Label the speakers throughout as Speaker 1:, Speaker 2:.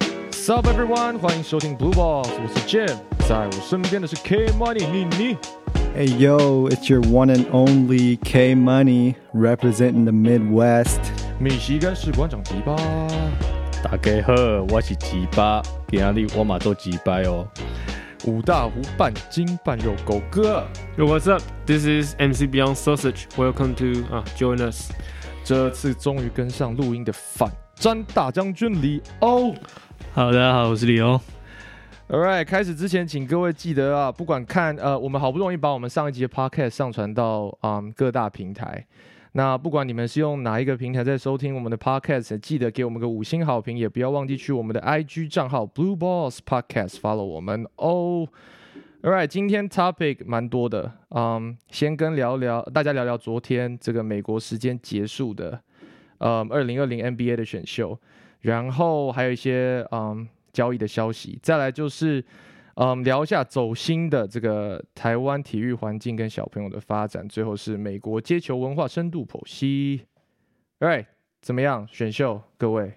Speaker 1: What's up, everyone？欢迎收听 Blue Balls，我是 Jim，在我身边的是 K Money 妮妮。
Speaker 2: Hey, yo, it's your one and only K Money representing the Midwest.
Speaker 1: 米西跟士官长迪吧，
Speaker 3: 大家好，我是吉巴，今日我嘛做吉巴哦。
Speaker 1: 五大湖半斤半肉狗哥。
Speaker 4: Yo, what's up? This is MC Beyond Sausage. Welcome to 啊、join us.
Speaker 1: 这次终于跟上录音的反战大将军李欧。
Speaker 5: 好，大家好，我是李欧。
Speaker 1: Alright，开始之前，请各位记得啊，不管看呃，我们好不容易把我们上一集的 Podcast 上传到嗯各大平台。那不管你们是用哪一个平台在收听我们的 Podcast，记得给我们个五星好评，也不要忘记去我们的 IG 账号 Blue Balls Podcast follow 我们哦。Alright，今天 topic 蛮多的，嗯，先跟聊聊大家聊聊昨天这个美国时间结束的，呃，二零二零 NBA 的选秀，然后还有一些嗯交易的消息，再来就是嗯聊一下走心的这个台湾体育环境跟小朋友的发展，最后是美国街球文化深度剖析。Alright，怎么样？选秀各位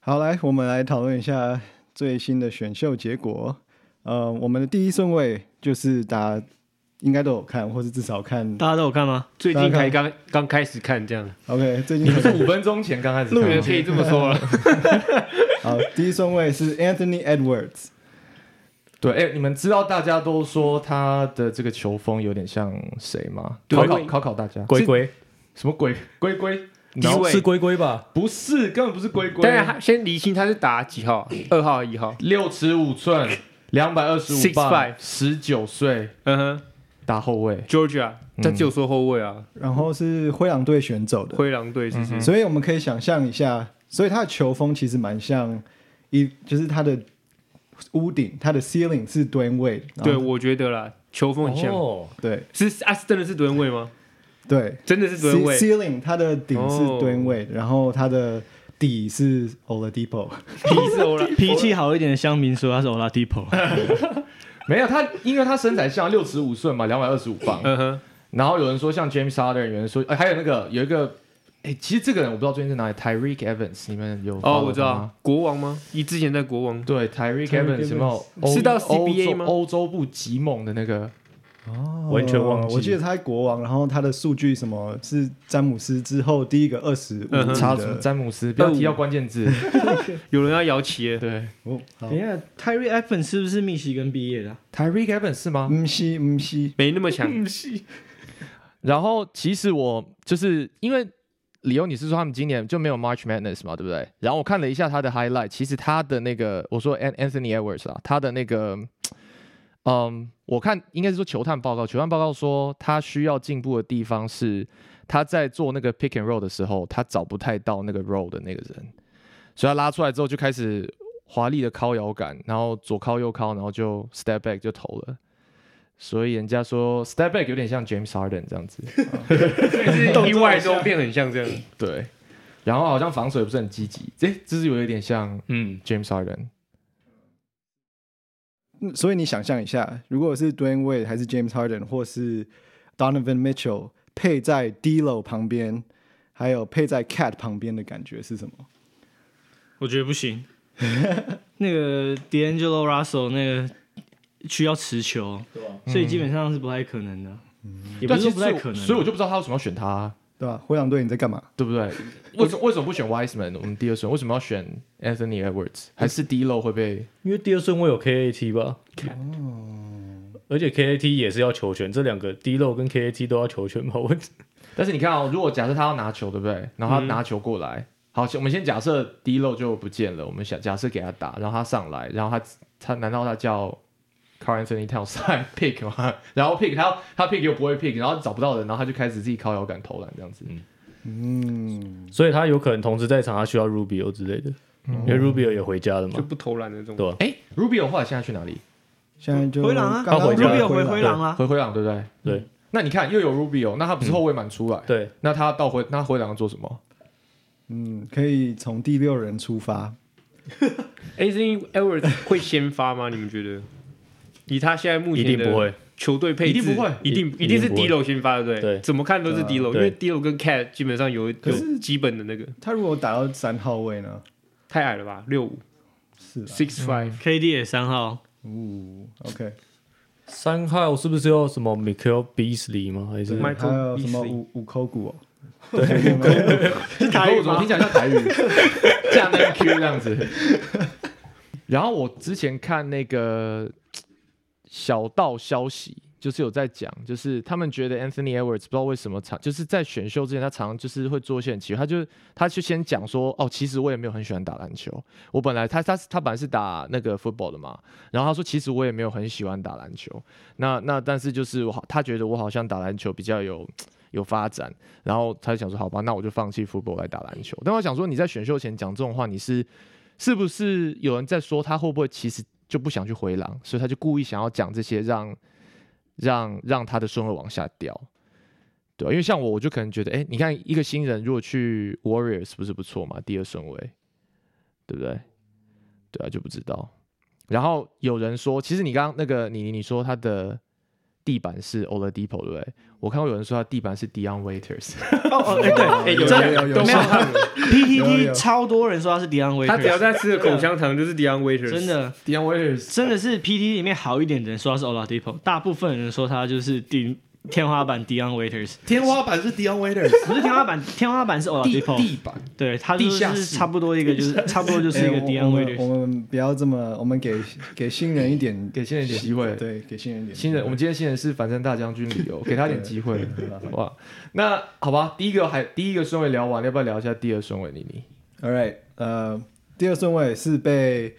Speaker 2: 好，来，我们来讨论一下最新的选秀结果。呃，我们的第一顺位就是大家应该都有看，或是至少看。
Speaker 5: 大家都有看吗？
Speaker 4: 最
Speaker 2: 大
Speaker 4: 近
Speaker 2: 家
Speaker 4: 才
Speaker 2: 看
Speaker 4: 刚刚开始看这样，
Speaker 2: OK，最 近
Speaker 1: 五分钟前刚开始
Speaker 4: 录也可以这么说了。
Speaker 2: 好，第一顺位是 Anthony Edwards。
Speaker 1: 对，哎、你们知道大家都说他的这个球风有点像谁吗？
Speaker 4: 对
Speaker 1: 考考考考大家，
Speaker 3: 龟龟，
Speaker 1: 什么鬼龟龟？
Speaker 4: 低位
Speaker 3: 是龟龟吧？
Speaker 1: 不是，根本不是龟龟。
Speaker 4: 当然，他啊先厘清他是打几号，二号、一号。
Speaker 1: 六尺五寸，两百二十五磅
Speaker 4: 6'5"
Speaker 1: 十九岁，
Speaker 4: 嗯哼
Speaker 1: 打后卫。
Speaker 4: ，Georgia，他只有说后卫啊，
Speaker 2: 然后是灰狼队选走的，
Speaker 4: 灰狼队是不是？
Speaker 2: 所以我们可以想象一下，所以他的球风其实蛮像一，就是他的屋顶，他的 ceiling 是 Dwayne Wade 然后。
Speaker 4: 对，我觉得啦，球风很像。
Speaker 3: 哦，
Speaker 2: 对
Speaker 4: 是啊，是真的是吨位吗？
Speaker 2: 对，
Speaker 4: 真的是吨
Speaker 2: Ce-
Speaker 4: 位。
Speaker 2: ceiling 它的顶是
Speaker 4: 哦
Speaker 2: Dwayne Wade，、然后它的底是 Oladipo。
Speaker 4: 皮是欧了，
Speaker 5: 脾气好一点的乡民说他是 Oladipo，
Speaker 1: 没有他，因为他身材像六尺五寸嘛，两百二十五磅。
Speaker 4: 嗯哼，
Speaker 1: 然后有人说像 James Harden，有人说，哎，还有那个有一个，哎，其实这个人我不知道最近在哪里，Tyreek Evans，你们有 follow
Speaker 4: 哦，我知
Speaker 1: 他吗
Speaker 4: 道，。国王吗？你之前在国王，
Speaker 1: 对，Tyreek Evans 有没有欧
Speaker 4: 是到
Speaker 1: 欧
Speaker 4: CBA
Speaker 1: 洲
Speaker 4: 吗
Speaker 1: 欧洲部极猛的那个，
Speaker 3: 完全忘记
Speaker 2: 哦我记得他在国王，然后他的数据什么是詹姆斯之后第一个二十五
Speaker 1: 查什么詹姆斯，不要提到关键字。
Speaker 4: 有人要摇旗了。
Speaker 1: 对
Speaker 2: 哦，好
Speaker 5: 等一下，Tyree Evans 是不是密西根毕业的啊？
Speaker 1: ，Tyreek Evans 是吗？
Speaker 2: 嗯西嗯西，
Speaker 4: 没那么强，
Speaker 1: 然后其实我就是因为理由，你是说他们今年就没有 March Madness 嘛，对不对？然后我看了一下他的 highlight，其实他的那个我说 An Anthony Edwards 啊，他的那个，嗯，我看应该是说球探报告，球探报告说他需要进步的地方是他在做那个 pick and roll 的时候，他找不太到那个 roll 的那个人，所以他拉出来之后就开始华丽的靠摇杆，然后左靠右靠，然后就 step back 就投了。所以人家说 step back 有点像 James Harden 这样子，
Speaker 4: 是意外都变很像这样。
Speaker 1: 对，然后好像防守也不是很积极，诶，这是有一点像
Speaker 3: 嗯，
Speaker 1: James Harden。
Speaker 2: 嗯所以你想象一下，如果是 Dwayne Wade 还是 James Harden 或是 Donovan Mitchell 配在 D'Lo 旁边，还有配在 Cat 旁边的感觉是什么？
Speaker 5: 我觉得不行。那个 D'Angelo Russell 那个需要持球，所以基本上是不太可能的。也不
Speaker 1: 但
Speaker 5: 是
Speaker 1: 其实
Speaker 5: 说不太可能啊，
Speaker 1: 所以我就不知道他为什么要选他啊，
Speaker 2: 对吧？灰狼队你在干嘛？
Speaker 1: 对不对？为什为什么不选 Wiseman？我们第二顺为什么要选 Anthony Edwards？还是 D l o 会被？
Speaker 3: 因为第二顺位有 KAT 吧？而且 KAT 也是要球权，这两个 D 漏跟 KAT 都要球权吧？我 嗯
Speaker 1: 但是你看哦，如果假设他要拿球，对不对？然后他拿球过来，好，我们先假设 D l o 就不见了，我们想假设给他打，然后他上来，然后他他难道他叫 Carl Anthony Towns 来 pick 吗？ 然后 pick 他他 pick 又不会 pick，然后找不到人，然后他就开始自己靠摇杆投篮这样子。
Speaker 2: 嗯，
Speaker 3: 所以他有可能同时在场，他需要 Rubio 之类的，因为 Rubio 也回家了
Speaker 4: 就
Speaker 3: 嘛，
Speaker 4: 不投篮的这种。
Speaker 3: 对吧？
Speaker 1: 哎，Rubio 后来现在去哪里？
Speaker 2: 现在就
Speaker 5: 灰狼啊
Speaker 2: 刚刚
Speaker 3: 他回家
Speaker 5: Rubio 回
Speaker 2: 回
Speaker 5: 灰狼啊，
Speaker 1: 回灰狼对不对？
Speaker 3: 对
Speaker 1: 那你看又有 Rubio，那他不是后卫满出来？
Speaker 3: 对，
Speaker 1: 那他到回那回狼要做什么？
Speaker 2: 嗯，可以从第六人出发。
Speaker 4: 哎，是因为 Edwards 会先发吗？你们觉得？以他现在目
Speaker 3: 一
Speaker 4: 前
Speaker 3: 定
Speaker 4: 的
Speaker 3: 不会。
Speaker 4: 球队配置，
Speaker 1: 一定不会
Speaker 4: 一定
Speaker 3: 一
Speaker 4: 一定是
Speaker 3: 一定不会
Speaker 4: D 楼先发，对不对？
Speaker 3: 对
Speaker 4: 怎么看都是 D 楼，因
Speaker 3: 对
Speaker 4: 为 D 楼跟 Cat 基本上有有基本的那个，
Speaker 2: 他如果打到三号位呢？
Speaker 4: 太矮了吧，六五
Speaker 2: 是吧？
Speaker 4: six
Speaker 1: 嗯
Speaker 4: five，
Speaker 5: KD 也三号，
Speaker 2: 哦，OK，
Speaker 3: 三号是不是有什么 Michael Beasley 吗？还是
Speaker 4: Michael
Speaker 2: 还有什么
Speaker 4: Beasley
Speaker 2: 五五口骨哦？
Speaker 4: 是台
Speaker 1: 我怎么听起来像台语？像那个 Q 这样子。然后我之前看那个小道消息，就是有在讲，就是他们觉得 Anthony Edwards 不知道为什么常就是在选秀之前，他常常就是会做一些很奇怪，他就他就先讲说，哦，其实我也没有很喜欢打篮球，我本来他他他本来是打那个 football 的嘛，然后他说其实我也没有很喜欢打篮球，那那但是就是我好，他觉得我好像打篮球比较有有发展，然后他就想说，好吧，那我就放弃 football 来打篮球。但我想说，你在选秀前讲这种话，你是是不是有人在说他会不会其实就不想去回廊，所以他就故意想要讲这些让，让让他的顺位往下掉？对啊、因为像我，我就可能觉得，哎，你看一个新人如果去 Warriors 不是不错嘛，第二顺位，对不对？对啊，就不知道。然后有人说，其实你刚刚那个你你说他的地板是 Oladipo 对不对？我看过有人说他地板是 Dion Waiters，
Speaker 4: 哦，哎对，哎有
Speaker 2: 真
Speaker 4: 有
Speaker 2: 的
Speaker 4: 有有
Speaker 5: 没有
Speaker 2: 有有
Speaker 5: PTT 超多人说他是 Dion Waiters，
Speaker 4: 他只要在吃的口香糖就是 Dion Waiters，
Speaker 5: 真的
Speaker 1: Dion Waiters
Speaker 5: 真的是 PTT 里面好一点的人说他是 Oladipo，大部分人说他就是顶天花板 Dion Waiters，
Speaker 1: 天花板是 Dion Waiters，
Speaker 5: 不是天花板， 天花板是 Oladipo，
Speaker 1: 板
Speaker 5: 对他
Speaker 1: 地
Speaker 5: 就
Speaker 1: 下
Speaker 5: 是
Speaker 1: 室
Speaker 5: 差不多一个就是差不多就是一个
Speaker 2: 哎
Speaker 5: Dion
Speaker 2: 我我们
Speaker 5: Waiters。
Speaker 2: 我们不要这么，我们给给新人一点，
Speaker 1: 给新人一点机会
Speaker 2: 对，给新人一点
Speaker 1: 新人，我们今天新人是反正大将军旅 游，给他点机会，好不好？那好吧，第一个还第一个顺位聊完，要不要聊一下第二顺位？妮妮，
Speaker 2: All right，呃，第二顺位是被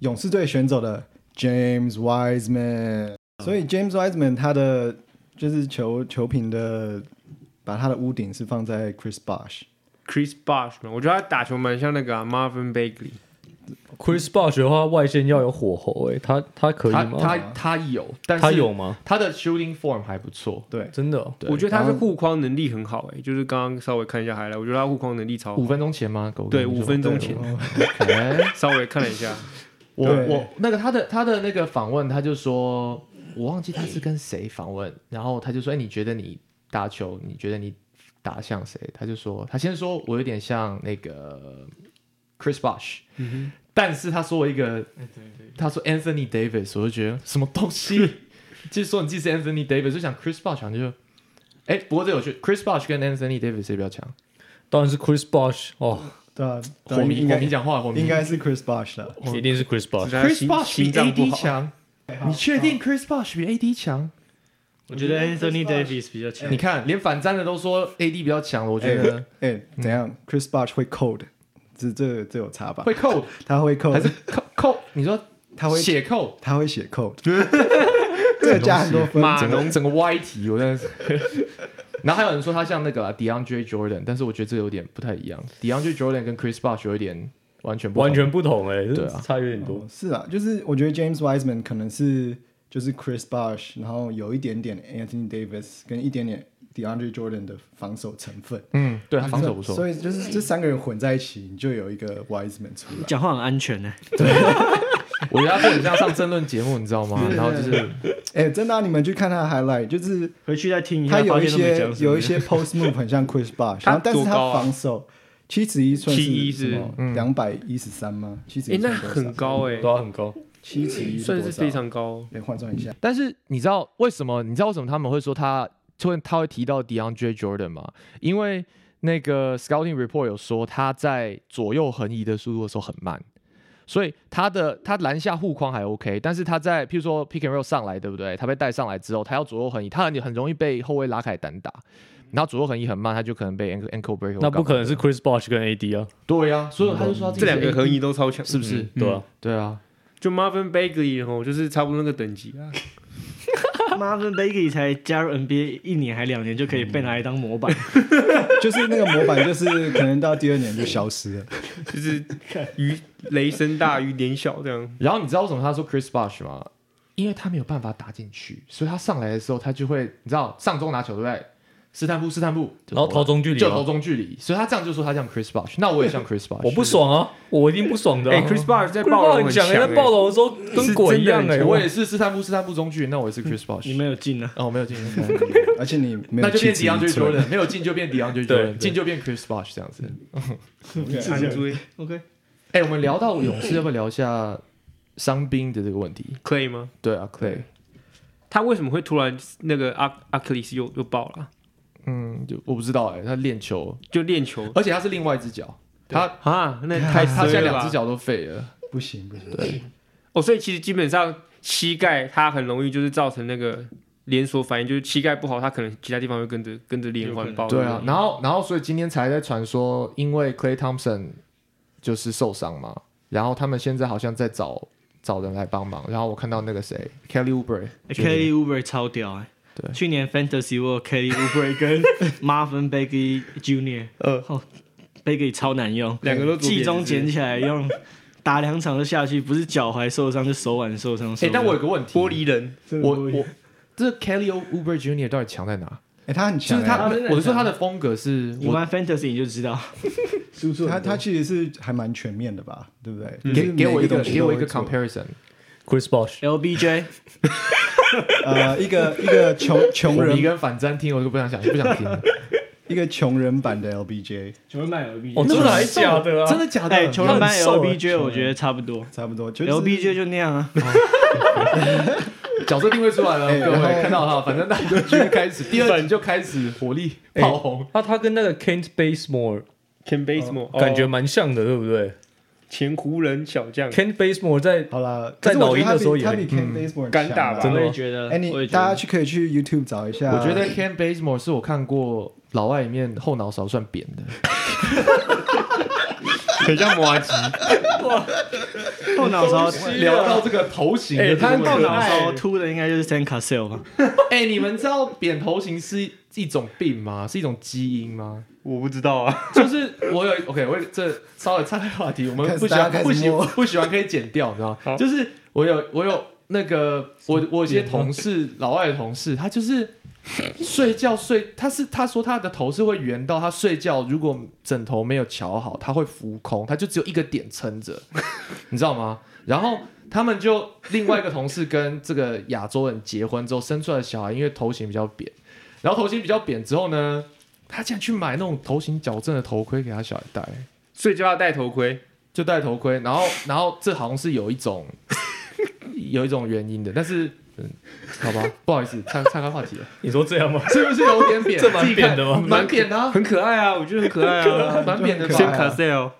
Speaker 2: 勇士队选走的 James Wiseman，所以 James Wiseman 他的就是球球评的，把他的屋顶是放在 Chris Bosh，
Speaker 4: Chris Bosh 嘛，我觉得他打球蛮像那个、啊、Marvin Bagley，
Speaker 3: Chris Bosh 的话，外线要有火候、欸，他他可以
Speaker 1: 他
Speaker 3: 吗？
Speaker 1: 他他有，但是
Speaker 3: 他有吗？
Speaker 1: 他的 shooting form 还不错，
Speaker 2: 对，
Speaker 3: 真的哦、
Speaker 1: 对
Speaker 4: 我觉得他
Speaker 2: 然
Speaker 4: 是
Speaker 2: 后
Speaker 4: 护框能力很好、哎，就是刚刚稍微看一下海来，我觉得他护框能力超好
Speaker 1: 五，分钟前吗？狗哥
Speaker 4: 对，
Speaker 1: 你
Speaker 4: 五
Speaker 1: 说
Speaker 4: 分钟前
Speaker 1: 哎
Speaker 4: 稍微看了一下，
Speaker 1: 我
Speaker 2: 对
Speaker 1: 我那个他的他的那个访问，他就说，我忘记他是跟谁访问，然后他就说，哎、你觉得你打球，你觉得你打得像谁？他就说，他先说我有点像那个 Chris Bosh，、但
Speaker 2: 嗯
Speaker 1: 是他说我一个，
Speaker 2: 哎
Speaker 1: 他说 Anthony Davis，我就觉得什么东西，就是说你自己是 Anthony Davis，就想 Chris Bosh 好像就，哎、不过这有趣，Chris Bosh 跟 Anthony Davis 谁比较强？
Speaker 3: 当然是 Chris Bosh 哦，
Speaker 2: 对啊，对
Speaker 1: 火
Speaker 2: 啊
Speaker 1: 迷
Speaker 2: 应
Speaker 1: 火
Speaker 2: 该
Speaker 1: 迷讲话，火迷
Speaker 2: 应该是 Chris Bosh 的，
Speaker 3: 一定是 Chris Bosh。
Speaker 4: 只是
Speaker 1: Chris
Speaker 4: 他
Speaker 1: Bosh
Speaker 4: 心
Speaker 1: 比
Speaker 4: 心脏不
Speaker 1: AD
Speaker 4: 好。
Speaker 1: 强，你确定 Chris Bosh 比 AD 强？
Speaker 5: 我觉得 Anthony Davis 比较强
Speaker 1: 你。看，连反战的都说 AD 比较强了，我觉得
Speaker 2: 哎哎，怎样？Chris Bosh 会 code，这这这有差吧？
Speaker 1: 会扣
Speaker 2: 他会
Speaker 1: 还
Speaker 2: code，
Speaker 1: 是扣扣？你说
Speaker 2: 他会
Speaker 1: 血扣，
Speaker 2: 他会写 code，这个加很多分，
Speaker 4: 马
Speaker 1: 整个
Speaker 4: 龙
Speaker 1: 啊整个歪题，我真的是。 然后还有人说他像那个啊 DeAndre Jordan，但是我觉得这个有点不太一样。DeAndre Jordan 跟 Chris Bosh 有一点完全不同
Speaker 3: 完全不同哎、欸，
Speaker 1: 对啊
Speaker 3: 差有点多。
Speaker 2: 是啊，就是我觉得 James Wiseman 可能是就是 Chris Bosh，然后有一点点 Anthony Davis 跟一点点 DeAndre Jordan 的防守成分，
Speaker 1: 嗯，对他防守不错。
Speaker 2: 所以就是这三个人混在一起，你就有一个 Wiseman 出来。
Speaker 5: 讲话很安全呢、
Speaker 1: 我觉得他就很像上争论节目，你知道 吗？然后就是
Speaker 2: 哎、真的啊、你们去看他的 highlight，就是
Speaker 5: 回去再听一下，
Speaker 2: 他有一
Speaker 5: 发现都没
Speaker 2: 些
Speaker 5: 讲什么
Speaker 2: 有一些 post move 很像 Chris Bosh，
Speaker 4: 他
Speaker 2: 然后但是
Speaker 4: 多
Speaker 2: 他
Speaker 4: 高啊
Speaker 2: 防守七十一寸
Speaker 4: 71
Speaker 2: 什
Speaker 5: 嗯
Speaker 2: 么两百一十三吗？七十
Speaker 4: 哎、
Speaker 2: 一
Speaker 4: 那很高哎、
Speaker 3: 都要啊很高，
Speaker 2: 七十一
Speaker 4: 算是非常高。
Speaker 2: 哎，换算一下，
Speaker 1: 但是你知道为什么？你知道为什么他们会说他会他会提到 DeAndre Jordan 吗？因为那个 scouting report 有说他在左右横移的速度的时候很慢，所以他的他篮下护框还 OK，但是他在譬如说 pick and roll 上来，对不对？他被带上来之后，他要左右横移，他很很容易被后卫拉开单打，然后左右横移很慢，他就可能被 ankle ankle break。
Speaker 3: 那不可能是 Chris Bosh 跟 AD 啊，
Speaker 1: 对呀、所以他就说他自己
Speaker 4: 这两个
Speaker 1: 是 AD
Speaker 4: 横移都超强，嗯
Speaker 1: 是不是？
Speaker 3: 对啊，
Speaker 1: 对啊，
Speaker 4: 就 Marvin Bagley 哦，就是差不多那个等级 啊。
Speaker 5: Marvin Bagley 才加入 NBA 一年还两年就可以被拿来当模板，
Speaker 2: 就是那个模板，就是可能到第二年就消失了。
Speaker 4: 就是鱼雷声大雨点小这样。
Speaker 1: 然后你知道为什么他说 Chris Bosh 吗？因为他没有办法打进去，所以他上来的时候他就会，你知道上中拿球对不对？试探步试探步，
Speaker 3: 然后投中距离
Speaker 1: 就
Speaker 3: 啊
Speaker 1: 投中距离，所以他这样就说他像 Chris Bosh，那我也欸像 Chris Bosh，
Speaker 3: 我不，爽啊，我一定不爽的、啊。
Speaker 4: 哎、c h r i s Bosh 在
Speaker 3: Chris
Speaker 4: 暴
Speaker 3: Bosh
Speaker 4: 龙
Speaker 3: 很强
Speaker 4: 哎、
Speaker 3: 欸在暴龙的时候跟鬼一样哎、
Speaker 1: 我也是试探步试探步中距离，那我也是 Chris Bosh。
Speaker 5: 你没有进啊？
Speaker 1: 哦，没有进，
Speaker 2: 而且你没有
Speaker 1: 那就变
Speaker 2: 气质
Speaker 1: DeAndre
Speaker 2: 一寸
Speaker 1: Jordan，没有进就变 DeAndre
Speaker 3: 对
Speaker 1: 嗯 Jordan，进就变 Chris Bosh 这样子。
Speaker 4: 很强哎。
Speaker 5: OK，
Speaker 1: 哎、我们聊到勇士，要不要聊一下伤兵的这个问题？
Speaker 4: Clay 吗？
Speaker 1: 对啊，Clay，
Speaker 4: 他为什么会突然那个阿阿克里斯又又爆了啊？
Speaker 1: 嗯，就我不知道哎、他练球，
Speaker 4: 就练球
Speaker 1: 而且他是另外一只脚，他
Speaker 4: 啊， 那
Speaker 1: 他
Speaker 4: 太
Speaker 1: 他现
Speaker 4: 衰
Speaker 1: 在
Speaker 4: 了
Speaker 1: 两
Speaker 4: 吧
Speaker 1: 只脚都废了，
Speaker 2: 不行不行，
Speaker 4: 哦，所以其实基本上膝盖它很容易就是造成那个连锁反应，就是膝盖不好，它可能其他地方会跟着跟着连环爆。
Speaker 1: 对啊，，然后然后所以今天才在传说，因为 Clay Thompson 就是受伤嘛，然后他们现在好像在找找人来帮忙，然后我看到那个谁 Kelly u b r e
Speaker 5: Kelly Uber 超屌哎、
Speaker 1: 对
Speaker 5: 去年 Fantasy 我有 Kelly Uber 跟 Marvin Bagley Jr.
Speaker 4: 呃
Speaker 5: 哦，Bagley 超难用，
Speaker 4: 两个都左撇子
Speaker 5: 季中捡起来用， 打两场就下去，不是脚踝受伤就手腕受伤。
Speaker 1: 哎、
Speaker 5: 手
Speaker 1: 但
Speaker 5: 腕
Speaker 1: 我有个问题，
Speaker 4: 玻璃人
Speaker 1: 我我这 Kelly u b r e Junior 到底强在哪？
Speaker 2: 哎，他很
Speaker 1: 就
Speaker 2: 强
Speaker 1: 是
Speaker 2: 欸，
Speaker 1: 他，
Speaker 5: 他真的
Speaker 1: 我是
Speaker 5: 很
Speaker 1: 说
Speaker 5: 强
Speaker 1: 他的风格是
Speaker 5: 你
Speaker 1: 我
Speaker 5: 玩 Fantasy 你就知 道，
Speaker 2: 输出他他其实是还蛮全面的吧，对不对？就
Speaker 1: 给
Speaker 2: 是
Speaker 1: 嗯给我
Speaker 2: 每
Speaker 1: 一个
Speaker 2: 个东西
Speaker 1: 给
Speaker 2: 都
Speaker 1: 我
Speaker 2: 会
Speaker 1: 一个
Speaker 2: 做
Speaker 1: comparison，
Speaker 3: Chris Bosh，
Speaker 5: LBJ
Speaker 2: 呃，一个一个穷穷
Speaker 1: 我一
Speaker 2: 人，
Speaker 1: 跟反战听我都不想想，不想听了。
Speaker 2: 一个穷人版的 LBJ，
Speaker 5: 球员版 LBJ，
Speaker 3: 哦，真的还假的啊？
Speaker 1: 真的假的？
Speaker 5: 哎，球员版
Speaker 3: 他很瘦欸
Speaker 5: LBJ 我觉得差不多
Speaker 2: 差不多就是
Speaker 5: ，LBJ 就那样 啊。
Speaker 1: 角色定位出来了，
Speaker 2: 哎
Speaker 1: 各
Speaker 2: 然
Speaker 1: 位
Speaker 2: 后
Speaker 1: 看到哈，反正大家就觉得开始，第二集就开始火力爆红。
Speaker 3: 那啊他跟那个 Kent Basemore
Speaker 4: ，Can Basemore
Speaker 3: 感觉蛮像的，对不对
Speaker 4: 哦前湖人小将，
Speaker 3: ？Kent Basemore 在
Speaker 2: 好了，
Speaker 3: 在
Speaker 2: 可是我
Speaker 3: 老鹰
Speaker 2: 觉得
Speaker 3: 的时候也
Speaker 2: 他
Speaker 3: 很
Speaker 2: 比他比 Ken Baseball
Speaker 4: 敢打吧
Speaker 2: 真
Speaker 3: 真
Speaker 2: 的。
Speaker 5: 我
Speaker 3: 的吗
Speaker 5: 也觉得，
Speaker 2: 哎，
Speaker 5: 我
Speaker 2: 你
Speaker 5: 也觉
Speaker 2: 大家
Speaker 5: 得
Speaker 2: 去可以去 YouTube 找一下，啊
Speaker 1: 我觉得 Ken Basemore 是我看过老外里面后脑勺算扁的，
Speaker 4: 很像摩吉，
Speaker 5: 后脑 勺。
Speaker 1: 聊到这个头型的
Speaker 3: 哎
Speaker 1: 这个问题，
Speaker 5: 后
Speaker 3: 他
Speaker 5: 脑勺秃的应该就是 San Casel 吧？
Speaker 1: 哎，你们知道扁头型是一种病吗？是一种基因吗？
Speaker 4: 我不知道啊。
Speaker 1: 就是我有 OK，我有这稍微岔开话题，我们
Speaker 2: 开始
Speaker 1: 不喜
Speaker 2: 大家
Speaker 1: 欢
Speaker 2: 开始
Speaker 1: 不喜
Speaker 2: 摸
Speaker 1: 不喜欢可以剪掉，你知道吗？
Speaker 4: 好
Speaker 1: 就是我有我有那个我我有些同事老外的同事，他就是睡觉睡，他是他说他的头是会圆到他睡觉如果枕头没有瞧好，他会浮空，他就只有一个点撑着， 你知道吗？然后他们就另外一个同事跟这个亚洲人结婚之后生出来的小孩，因为头型比较扁，然后头型比较扁之后呢，他竟然去买那种头型矫正的头盔给他小孩戴，
Speaker 4: 睡觉要戴头盔，
Speaker 1: 就戴头盔，然后 然后这好像是有一种 有一种原因的，但是嗯，好吧，不好意思，岔岔开话题了，
Speaker 3: 你说这样吗？
Speaker 1: 是不是有点扁？
Speaker 3: 这蛮
Speaker 1: 自己看
Speaker 3: 扁的吗
Speaker 1: 蛮扁的啊，
Speaker 4: 很可爱啊，我觉得很可爱啊。
Speaker 1: 蛮扁的
Speaker 2: 很
Speaker 1: 吧
Speaker 2: 可爱
Speaker 4: Sam Cassell，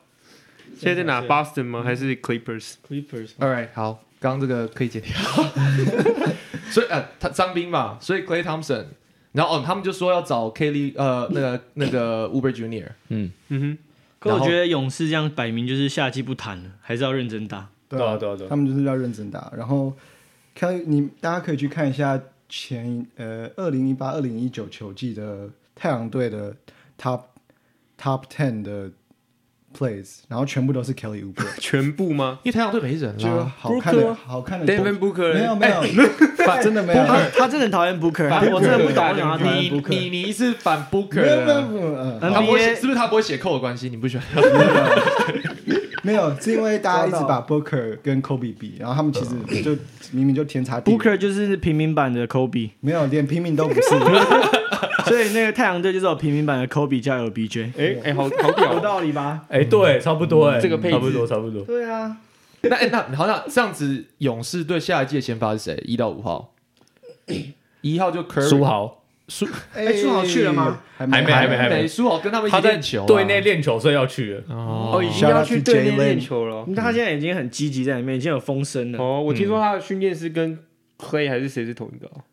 Speaker 4: 现在在哪？Boston 吗？还是 Clippers？
Speaker 5: Clippers
Speaker 1: All right，好，刚刚这个可以剪掉。 所以呃，他张斌嘛，所以 Clay Thompson，然后哦，他们就说要找 Kelly 呃那个那个 Uber Junior，
Speaker 3: 嗯，
Speaker 4: 嗯
Speaker 5: 可
Speaker 1: 然
Speaker 5: 我
Speaker 1: 后
Speaker 5: 觉得勇士这样摆明就是下季不谈了，还是要认真打。
Speaker 3: 对啊，对啊，对啊
Speaker 2: 他。们就是要认真打。然后看你大家可以去看一下前呃二零一八二零一九球季的太阳队的 top top ten 的 plays，然后全部都是 Kelly u b e r
Speaker 4: 哼，全部吗
Speaker 1: 因为太阳队没人
Speaker 2: 就
Speaker 1: 啦。
Speaker 2: 好看的
Speaker 4: Booker
Speaker 2: 好看的
Speaker 4: ？Devin
Speaker 2: 没有
Speaker 4: Booker
Speaker 2: 没有，真 的没有。
Speaker 5: 他他真的很讨厌 Booker，他我真的不懂为什么他讨
Speaker 1: 你
Speaker 5: 厌
Speaker 1: 你
Speaker 5: Booker。
Speaker 1: 你是反 Booker，
Speaker 2: 没有没有
Speaker 1: 的
Speaker 2: 没有，嗯
Speaker 1: 他不会写
Speaker 5: NBA
Speaker 1: 是不是他不会写扣的关系？你不喜欢？
Speaker 2: 没有，是因为大家一直把 Booker 跟 Kobe 比，然后他们其实就明明就天差地
Speaker 5: Booker 就是平民版的 Kobe，
Speaker 2: 没有连平民都不 是。
Speaker 5: 所以那个太阳队就是有平民版的 Kobe 加 LBJ，
Speaker 4: 哎哎，好好屌
Speaker 5: 有
Speaker 4: 哦。
Speaker 5: 道理吧？
Speaker 3: 哎，对，差不多哎，
Speaker 4: 这个配置
Speaker 3: 差不多，差不多。
Speaker 5: 对啊，
Speaker 1: 那哎那好，那这样子，勇士队下一届先发是谁？一到五 号，一号就 Curry，哎
Speaker 3: 书豪
Speaker 2: 哎
Speaker 5: 哎朱豪去了吗？
Speaker 2: 还
Speaker 3: 还没还没还没
Speaker 1: 美书豪跟他们一起
Speaker 3: 他在
Speaker 1: 练球啊，
Speaker 3: 队内练球，所以要去了。
Speaker 4: 哦，
Speaker 1: 哦
Speaker 4: 已经要去队内练球了。
Speaker 5: 他现在已经很积极在里面，已经有风声了。
Speaker 4: 哦，我听说他的训练师跟 Clay 还是谁是同一个哦？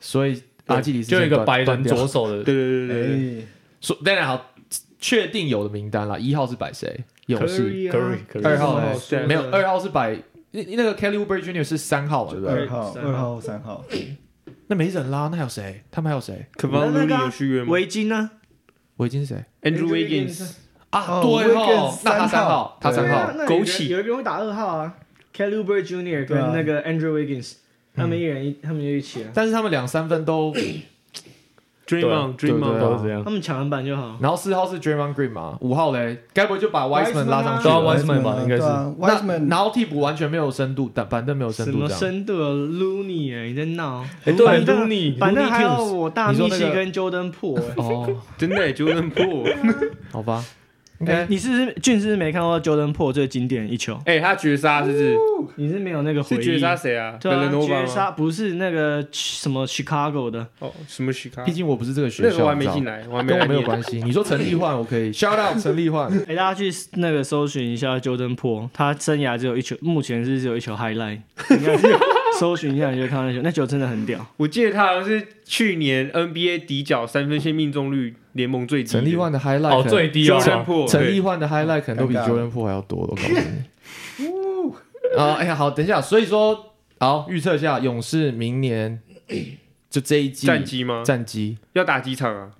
Speaker 1: 所以阿基里斯
Speaker 3: 就有一个
Speaker 1: 断
Speaker 3: 白
Speaker 1: 断
Speaker 3: 人
Speaker 1: 掉
Speaker 3: 左手的
Speaker 4: 对对对对对。
Speaker 2: 哎，
Speaker 1: 说当然好，确定有的名单啦。一号是摆谁？勇士。
Speaker 4: 嗯啊
Speaker 3: Curry，Curry
Speaker 1: 二号
Speaker 4: 二
Speaker 1: 呢
Speaker 4: 号是
Speaker 1: 没有，二号是摆那那个 Kelly Oubre Jr 是三号嘛，对不对？
Speaker 2: 二号、
Speaker 5: 三号
Speaker 2: 二号、三号，
Speaker 1: 那没人啦，那还有谁？他们还有谁？
Speaker 4: 可方
Speaker 5: 那
Speaker 4: 路
Speaker 5: 那
Speaker 4: 力
Speaker 5: 个啊
Speaker 4: 有续约吗
Speaker 5: 围巾呢？
Speaker 1: 维京是谁
Speaker 4: ？Andrew
Speaker 5: Andrew Wiggins 啊
Speaker 1: 啊？
Speaker 4: Wiggins
Speaker 2: 哦
Speaker 1: 对哦
Speaker 2: Wiggins，，
Speaker 1: 那他
Speaker 2: 三
Speaker 1: 三
Speaker 2: 号
Speaker 1: 号，他三
Speaker 2: 对
Speaker 1: 号。
Speaker 5: 那
Speaker 4: 枸杞
Speaker 5: 有一个人会打二号啊，Kelly Oubre Jr.
Speaker 2: 对
Speaker 5: 跟
Speaker 2: 啊
Speaker 5: 那个 Andrew Wiggins，他们一人一，他们就一起啊。
Speaker 1: 但是他们两三分都，
Speaker 4: Draymond
Speaker 1: 对对
Speaker 4: ，Draymond
Speaker 1: 对
Speaker 3: 都是这样。
Speaker 5: 他们抢篮板就好。
Speaker 1: 然后四号是 Draymond Green 嘛，五号嘞，该不会就把
Speaker 2: Wiseman
Speaker 1: Wiseman 拉上去
Speaker 3: 对啊
Speaker 1: 了？
Speaker 3: ，Wiseman 吧应该是
Speaker 1: 那
Speaker 2: Wiseman
Speaker 1: 然后替补完全没有深度，但板凳没有深
Speaker 5: 什
Speaker 1: 度
Speaker 5: 么
Speaker 1: 这样。
Speaker 5: 深度啊？Looney，欸你在闹？
Speaker 3: 哎，对
Speaker 5: 反正
Speaker 3: ，Looney，
Speaker 5: 反正还有
Speaker 3: Looney
Speaker 5: 我大
Speaker 1: 你说
Speaker 5: 密
Speaker 1: 那
Speaker 5: 西
Speaker 1: 个
Speaker 5: 跟 Jordan Po，欸
Speaker 1: 哦，
Speaker 4: 真的 Jordan Po，
Speaker 1: 好吧，应
Speaker 5: 哎
Speaker 1: 该
Speaker 5: 你是不是俊是不是没看过 Jordan Po 最经典一球，
Speaker 4: 哎，他绝杀是不是？
Speaker 5: 你是没有那个回
Speaker 4: 是
Speaker 5: 忆。
Speaker 4: 绝杀谁啊？
Speaker 5: 对啊，
Speaker 4: Villanova
Speaker 5: 绝
Speaker 4: 吗
Speaker 5: 杀不是那个什么 Chicago 的，
Speaker 4: 哦，什么许卡
Speaker 1: 毕？竟我不是这个学
Speaker 4: 那
Speaker 1: 校，
Speaker 4: 个我还没
Speaker 1: 你知道
Speaker 4: 进来，我还没
Speaker 1: 跟我
Speaker 4: 来
Speaker 1: 没有
Speaker 4: 念
Speaker 1: 关系。你说陈立焕，我可以 shout out 陈立焕。
Speaker 5: 哎、大家去那个搜寻一下 Jordan Po，他生涯只有一球，目前是只有一球 highlight，你看搜寻一下你就看到那球，那球真的很屌。
Speaker 4: 我记得他好像是去年 NBA 底角三分线命中率联盟最低的。
Speaker 1: 陈立焕的 highlight，
Speaker 3: 哦，
Speaker 1: 可能
Speaker 3: 最低
Speaker 4: j
Speaker 3: 哦
Speaker 4: o，r 破
Speaker 1: 陈立焕的 highlight 可能都比
Speaker 2: 尴尬
Speaker 1: Jordan Po 还要多，我告诉你。啊，哎呀，好，等一下，所以说，好，预测一下勇士明年 就这一季
Speaker 4: 战绩吗？
Speaker 1: 战绩。
Speaker 4: 要打几场啊？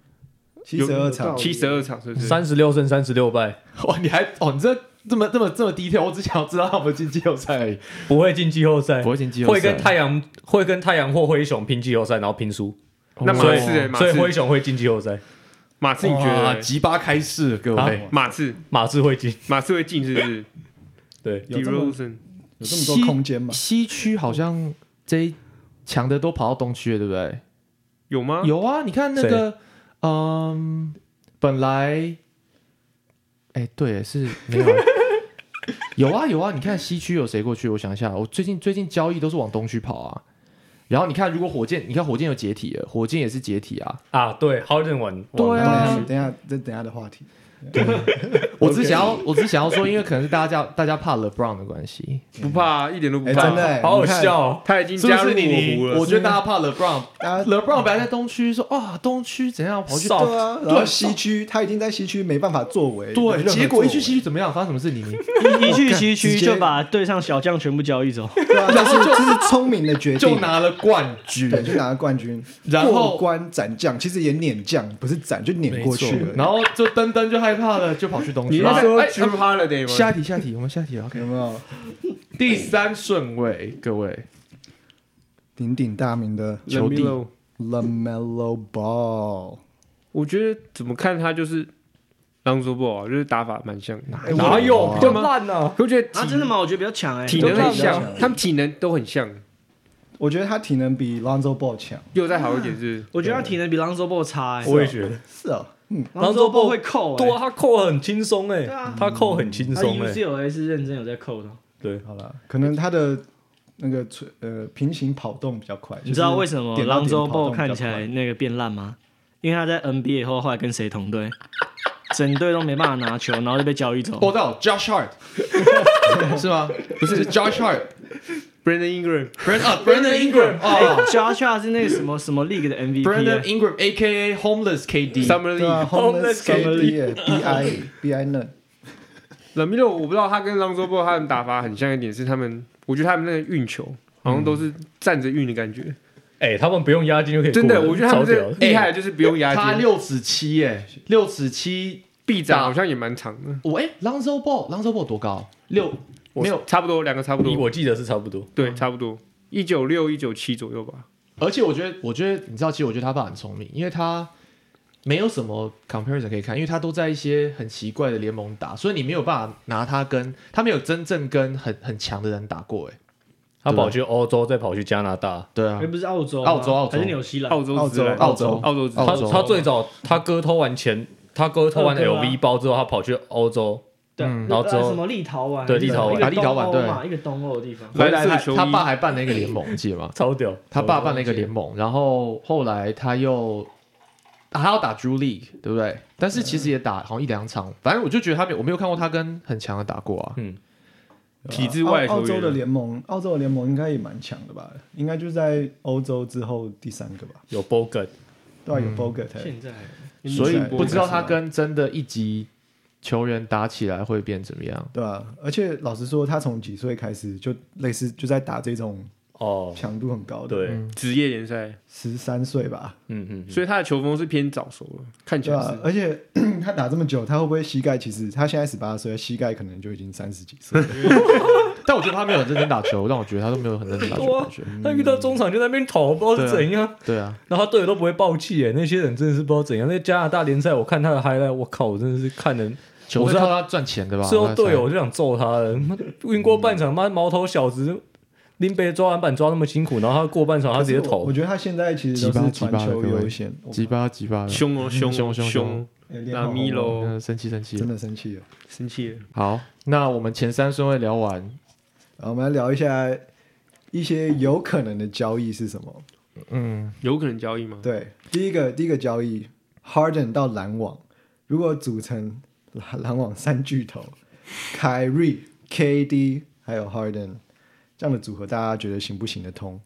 Speaker 2: 七十二场，
Speaker 4: 七十二场是不是？
Speaker 3: 三十六胜三十六败，
Speaker 1: 哇，你还哦，你这这么这么这么低调，我只想要知道他们进季后赛而已，
Speaker 3: 不会进季后赛
Speaker 1: 不，会进季后赛。
Speaker 3: 会跟太阳会跟太阳或灰熊拼季后赛，然后拼输，
Speaker 1: 哦
Speaker 4: 那马
Speaker 3: 所以
Speaker 4: 刺欸马
Speaker 3: 所以灰
Speaker 4: 刺，
Speaker 3: 熊会进季后赛，
Speaker 4: 马刺你觉得
Speaker 1: 哇
Speaker 4: 嘞？
Speaker 1: 吉巴开市，各
Speaker 3: 啊
Speaker 1: 位。
Speaker 4: 马刺，
Speaker 3: 马刺会进，
Speaker 4: 马刺会进是不是
Speaker 3: 对，
Speaker 4: d
Speaker 2: 有
Speaker 4: e
Speaker 2: 这
Speaker 4: r o
Speaker 2: 么
Speaker 4: s e n
Speaker 2: 有这么多空间嘛？
Speaker 1: 西区好像这一强的都跑到东区了，对不对？
Speaker 4: 有吗？
Speaker 1: 有啊，你看那个，嗯，本来，哎，对，是没有啊。 有啊有啊，你看西区有谁过去？我想一下，我最近最近交易都是往东区跑啊。然后你看，如果火箭，你看火箭有解体了，火箭也是解体啊。
Speaker 3: 啊，对，好人玩，
Speaker 1: 对啊
Speaker 2: 等一下，这等一下的话题。
Speaker 1: 我只想要，我只想要说，因为可能是大家大家怕 LeBron 的关系，
Speaker 4: 不怕，啊一点都不
Speaker 2: 哎，
Speaker 4: 怕。
Speaker 2: 真的欸，
Speaker 3: 好好
Speaker 2: 你看
Speaker 3: 笑，哦，
Speaker 4: 他已经
Speaker 1: 是不
Speaker 4: 加入
Speaker 1: 是
Speaker 4: 我
Speaker 1: 你？
Speaker 4: 湖
Speaker 1: 我
Speaker 4: 了。啊
Speaker 1: 觉得大家怕 LeBron。
Speaker 2: 大家
Speaker 1: LeBron 本来在东区说啊，东区怎样跑去
Speaker 3: 少
Speaker 2: 对啊，然后西区他已经在西区没办法作为，
Speaker 1: 对，结果一去西区
Speaker 2: 区，
Speaker 1: 怎么样？发生什么事？你你
Speaker 5: 一一去西
Speaker 2: 直
Speaker 5: 区
Speaker 2: 接
Speaker 5: 就把队上小将全部交易走，
Speaker 2: 对啊，但是这是聪明的 决
Speaker 1: 就
Speaker 2: 定，
Speaker 1: 拿了冠军，
Speaker 2: 对，就拿了冠军，
Speaker 1: 然后
Speaker 2: 过关斩将，其实也撵将，不是斩，就撵过去了。
Speaker 1: 然后就登登就害怕了，就跑去东
Speaker 4: 你
Speaker 1: 区。
Speaker 4: 是
Speaker 1: 然后
Speaker 4: 说
Speaker 1: 哎
Speaker 4: Drew
Speaker 1: 啊
Speaker 4: Holiday 吗？
Speaker 1: 下一题，下一题，我们下一题，OK
Speaker 2: 有。没有
Speaker 1: 第三顺位，各位，
Speaker 2: 鼎鼎大名的
Speaker 4: Let
Speaker 1: 球
Speaker 4: me
Speaker 1: 帝
Speaker 4: know
Speaker 2: Lamelo Ball？
Speaker 4: 我觉得怎么看他就是朗佐布啊，就是打法蛮像的。
Speaker 2: 哎
Speaker 3: 哪有
Speaker 2: 我
Speaker 3: 比较烂呢？
Speaker 4: 我觉得
Speaker 5: 啊，
Speaker 4: 体
Speaker 5: 真的吗？我觉得比较强哎、
Speaker 4: 体
Speaker 2: 都
Speaker 4: 能很
Speaker 2: 比较
Speaker 4: 像，
Speaker 2: 像
Speaker 4: 他们体能都很像，
Speaker 2: 我觉得他体能比 Lonzo Ball 强。
Speaker 4: 又再好一点是
Speaker 5: 我觉得他体能比 Lonzo Ball 差哎、
Speaker 3: 我也觉得，
Speaker 2: 是哦，嗯，
Speaker 5: Lonzo Ball 会扣哎、
Speaker 3: 对啊，他扣很轻松哎
Speaker 5: 对啊，
Speaker 3: 他扣很轻
Speaker 5: 他
Speaker 3: 松哎，
Speaker 5: UCLA 是认真有在扣的。
Speaker 3: 对，
Speaker 2: 好了，可能他的那个垂呃平行跑动比较快。
Speaker 5: 你知道为什么
Speaker 2: 就是点到点跑
Speaker 5: Lonzo Ball
Speaker 2: 动比较
Speaker 5: 看起来那个变烂吗？因为他在 NBA 以后后来跟谁同队，整队都没办法拿球，然后就被交 易走。
Speaker 1: 我知道 Josh Hart 是吗？不是是 Josh Hart，Brandon
Speaker 4: Brandon Ingram。
Speaker 1: 啊 Brandon Ingram 啊
Speaker 5: Joshua 是那个什么什么 league 的 MVP，
Speaker 1: ，Brandon
Speaker 5: 欸
Speaker 1: Ingram A K A Homeless K D。
Speaker 4: Summer
Speaker 2: 对啊
Speaker 4: League，
Speaker 2: ，Homeless
Speaker 3: Homeless KD
Speaker 2: KD 欸 BI BI 嫩，
Speaker 4: 冷米勒我不知道他跟朗佐布他们打法很像一点是他们，我觉得他们那个运球好像都是站着运的感觉，
Speaker 3: 哎，他们不用押金就可以过
Speaker 4: 真
Speaker 3: 了，
Speaker 4: 的，我觉得他
Speaker 3: 超
Speaker 4: 们
Speaker 3: 屌
Speaker 4: 这
Speaker 3: 的，
Speaker 4: 厉害的就是不用
Speaker 1: 哎他
Speaker 4: 押金，
Speaker 1: 六尺七耶，六尺七。
Speaker 4: 臂展啊好像也蛮长的，
Speaker 1: 我哎，Lonzo Ball，Lonzo Ball 多高？六没有，
Speaker 4: 差不多两个差不
Speaker 3: 我
Speaker 4: 多，
Speaker 3: 我记得是差不多，
Speaker 4: 对，差不多一九六一九七左右吧。
Speaker 1: 而且我觉得，我觉得你知道，其实我觉得他爸很聪明，因为他没有什么 comparison 可以看，因为他都在一些很奇怪的联盟打，所以你没有办法拿他跟他没有真正跟很很强的人打过，哎，
Speaker 3: 他跑去欧洲，再跑去加拿大，
Speaker 1: 对啊
Speaker 5: 哎，不是澳洲吗，
Speaker 1: 澳洲澳洲
Speaker 5: 还是纽西兰？
Speaker 4: 澳洲之类
Speaker 1: 澳洲
Speaker 4: 澳洲之
Speaker 1: 澳
Speaker 4: 类
Speaker 3: 他
Speaker 1: 洲
Speaker 3: 他最早他哥偷完钱，他哥偷完
Speaker 5: 嗯对啊
Speaker 3: LV 包之后，他跑去欧洲，
Speaker 5: 对，啊呃
Speaker 1: 嗯
Speaker 3: 然后之后
Speaker 5: 什么立陶宛？
Speaker 3: 对立陶宛
Speaker 5: 一个
Speaker 1: 啊立陶宛
Speaker 5: 东欧嘛，一个东欧的地方。
Speaker 1: 回来
Speaker 4: 蓝色
Speaker 1: 他
Speaker 4: 球衣
Speaker 1: 他爸还办了一个联盟，记得吗？
Speaker 3: 超屌，
Speaker 1: 他爸哦办了一个联盟，然后后来他又啊他要打 Drew League，对不对？但是其实也打好像一两场，反正我就觉得他没有我没有看过他跟很强的打过啊。
Speaker 3: 嗯，
Speaker 4: 体制外的
Speaker 2: 澳
Speaker 4: 球
Speaker 2: 澳洲的
Speaker 4: 员，
Speaker 2: 联盟，澳洲的联盟应该也蛮强的吧？应该就是在欧洲之后第三个吧？
Speaker 3: 有 Bogut，
Speaker 2: 对啊，有
Speaker 5: 嗯
Speaker 2: Bogut，欸
Speaker 5: 现在
Speaker 1: 所以
Speaker 2: 嗯
Speaker 1: 不知道他跟真的一级球员打起来会变怎么 样。
Speaker 2: 对啊，而且老实说，他从几岁开始就类似就在打这种
Speaker 3: 哦，
Speaker 2: 强度很高的，
Speaker 3: 对，
Speaker 1: 嗯
Speaker 3: 嗯
Speaker 4: 职业联赛，
Speaker 2: 十三岁吧，
Speaker 3: 嗯，
Speaker 4: 所以他的球风是偏早熟了，看起
Speaker 2: 对
Speaker 4: 来
Speaker 2: 啊
Speaker 4: 是。，
Speaker 2: 而且 他打这么久，他会不会膝盖？其实他现在十八岁，膝盖可能就已经三十几 岁了。
Speaker 1: 但我觉得他没有很认真打球，让我觉得他都没有很认真打球的感觉。
Speaker 3: 他遇到中场就在那边投，不知道是怎样，
Speaker 1: 对啊，
Speaker 3: 然后他队友都不会爆气哎耶，那些人真的是不知道怎样。那加拿大联赛我看他的 highlight，我靠，我真的是看人，
Speaker 1: 球
Speaker 3: 我
Speaker 1: 队
Speaker 3: 知道
Speaker 1: 靠他赚钱的吧？
Speaker 3: 最后队友
Speaker 1: 我
Speaker 3: 我就想揍他了，妈的晕过半场，妈毛头小子，林北抓篮板抓那么辛苦，然后他过半场他直接
Speaker 2: 我
Speaker 3: 投
Speaker 2: 我，觉得他现在其实都是传球优先，
Speaker 1: 鸡巴鸡巴的，
Speaker 4: 凶哦凶
Speaker 1: 啊凶
Speaker 4: 哦
Speaker 1: 凶
Speaker 4: 凶，
Speaker 2: 有点
Speaker 4: 那
Speaker 2: 好
Speaker 4: 米
Speaker 2: 红
Speaker 4: 喽，
Speaker 1: 嗯生气生气
Speaker 2: 真。的生气了。
Speaker 4: 生气了。
Speaker 1: 好，那我们前三顺位聊完，
Speaker 2: 然后我们来聊一下一些有可能的交易是什么？
Speaker 1: 嗯，
Speaker 4: 有可能交易吗？
Speaker 2: 对，第一个第一个交易，Harden 到篮网，如果组成篮篮网三巨头，凯瑞、KD 还有 Harden 这样的组合，大家觉得行不行得通？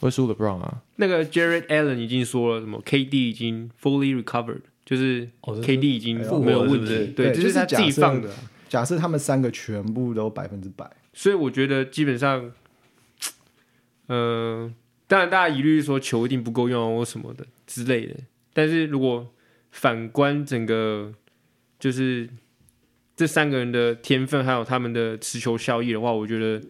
Speaker 1: 会输 LeBron 啊，
Speaker 4: 那个 Jared Allen 已经说了什么，KD 已经 fully recovered，就是
Speaker 3: 哦这是
Speaker 4: KD 已经
Speaker 2: 哎呦
Speaker 4: 没有问
Speaker 3: 复活了是不
Speaker 4: 题
Speaker 3: 是，
Speaker 4: 对，
Speaker 2: 对
Speaker 4: 这
Speaker 2: 就是是
Speaker 4: 他自己
Speaker 2: 假设
Speaker 4: 放的啊。
Speaker 2: 假设他们三个全部都百分之百，
Speaker 4: 所以我觉得基本上，嗯、当然大家疑虑说球一定不够用啊或什么的之类的，但是如果反观整个就是这三个人的天分还有他们的持球效益的话，我觉得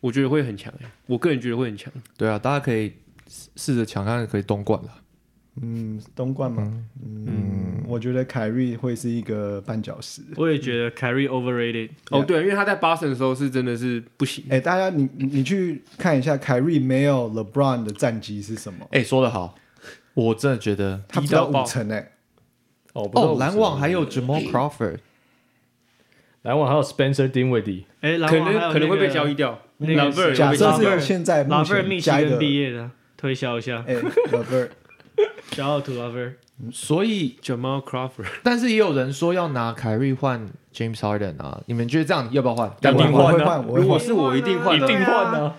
Speaker 4: 我觉得会很强欸，我个人觉得会很强。
Speaker 1: 对啊，大家可以试试着抢看可以东冠了，
Speaker 2: 嗯，东冠嘛，嗯，我觉得凯瑞会是一个绊脚石。
Speaker 5: 我也觉得 Carry overrated，
Speaker 4: 哦，对，因为他在 Boston 的时候是真的是不行，
Speaker 2: 哎、大家你你你去看一下凯瑞没有 LeBron 的战绩是什么？
Speaker 1: 哎，说得好，我真的觉得
Speaker 2: 他不
Speaker 4: 低到
Speaker 2: 到五
Speaker 4: 爆
Speaker 2: 成哎、
Speaker 3: 哦，不
Speaker 1: 哦，
Speaker 3: 到
Speaker 1: 篮
Speaker 3: 50
Speaker 1: 网还有
Speaker 2: 嗯
Speaker 1: Jamal Crawford，
Speaker 3: 篮网还有 Spencer Dinwiddie，
Speaker 5: 哎，篮
Speaker 4: 可
Speaker 5: 网还有
Speaker 4: 能可能会被交易
Speaker 5: 易。
Speaker 4: 掉。
Speaker 5: 那个
Speaker 4: Lavert
Speaker 5: 谁
Speaker 4: 会被
Speaker 2: 假设
Speaker 4: 交易掉
Speaker 2: 是现在目
Speaker 5: 拉菲尔密
Speaker 2: 前
Speaker 5: 西
Speaker 2: 加一
Speaker 5: 根
Speaker 2: 个
Speaker 5: 毕业的，推销一下，
Speaker 2: 哎 LeBron
Speaker 5: 小奥图拉菲尔。
Speaker 1: 所以
Speaker 4: Jamal Crawford
Speaker 1: 但是也有人说要拿凯瑞换 James Harden 啊，你们觉得这样要不要换？
Speaker 3: 要
Speaker 2: 我
Speaker 3: 不然
Speaker 2: 我
Speaker 3: 换
Speaker 2: 会
Speaker 3: 啊
Speaker 2: 换，我会
Speaker 4: 如果
Speaker 2: 换。
Speaker 4: 是我一定换
Speaker 3: 一
Speaker 4: 的
Speaker 3: 定换啊，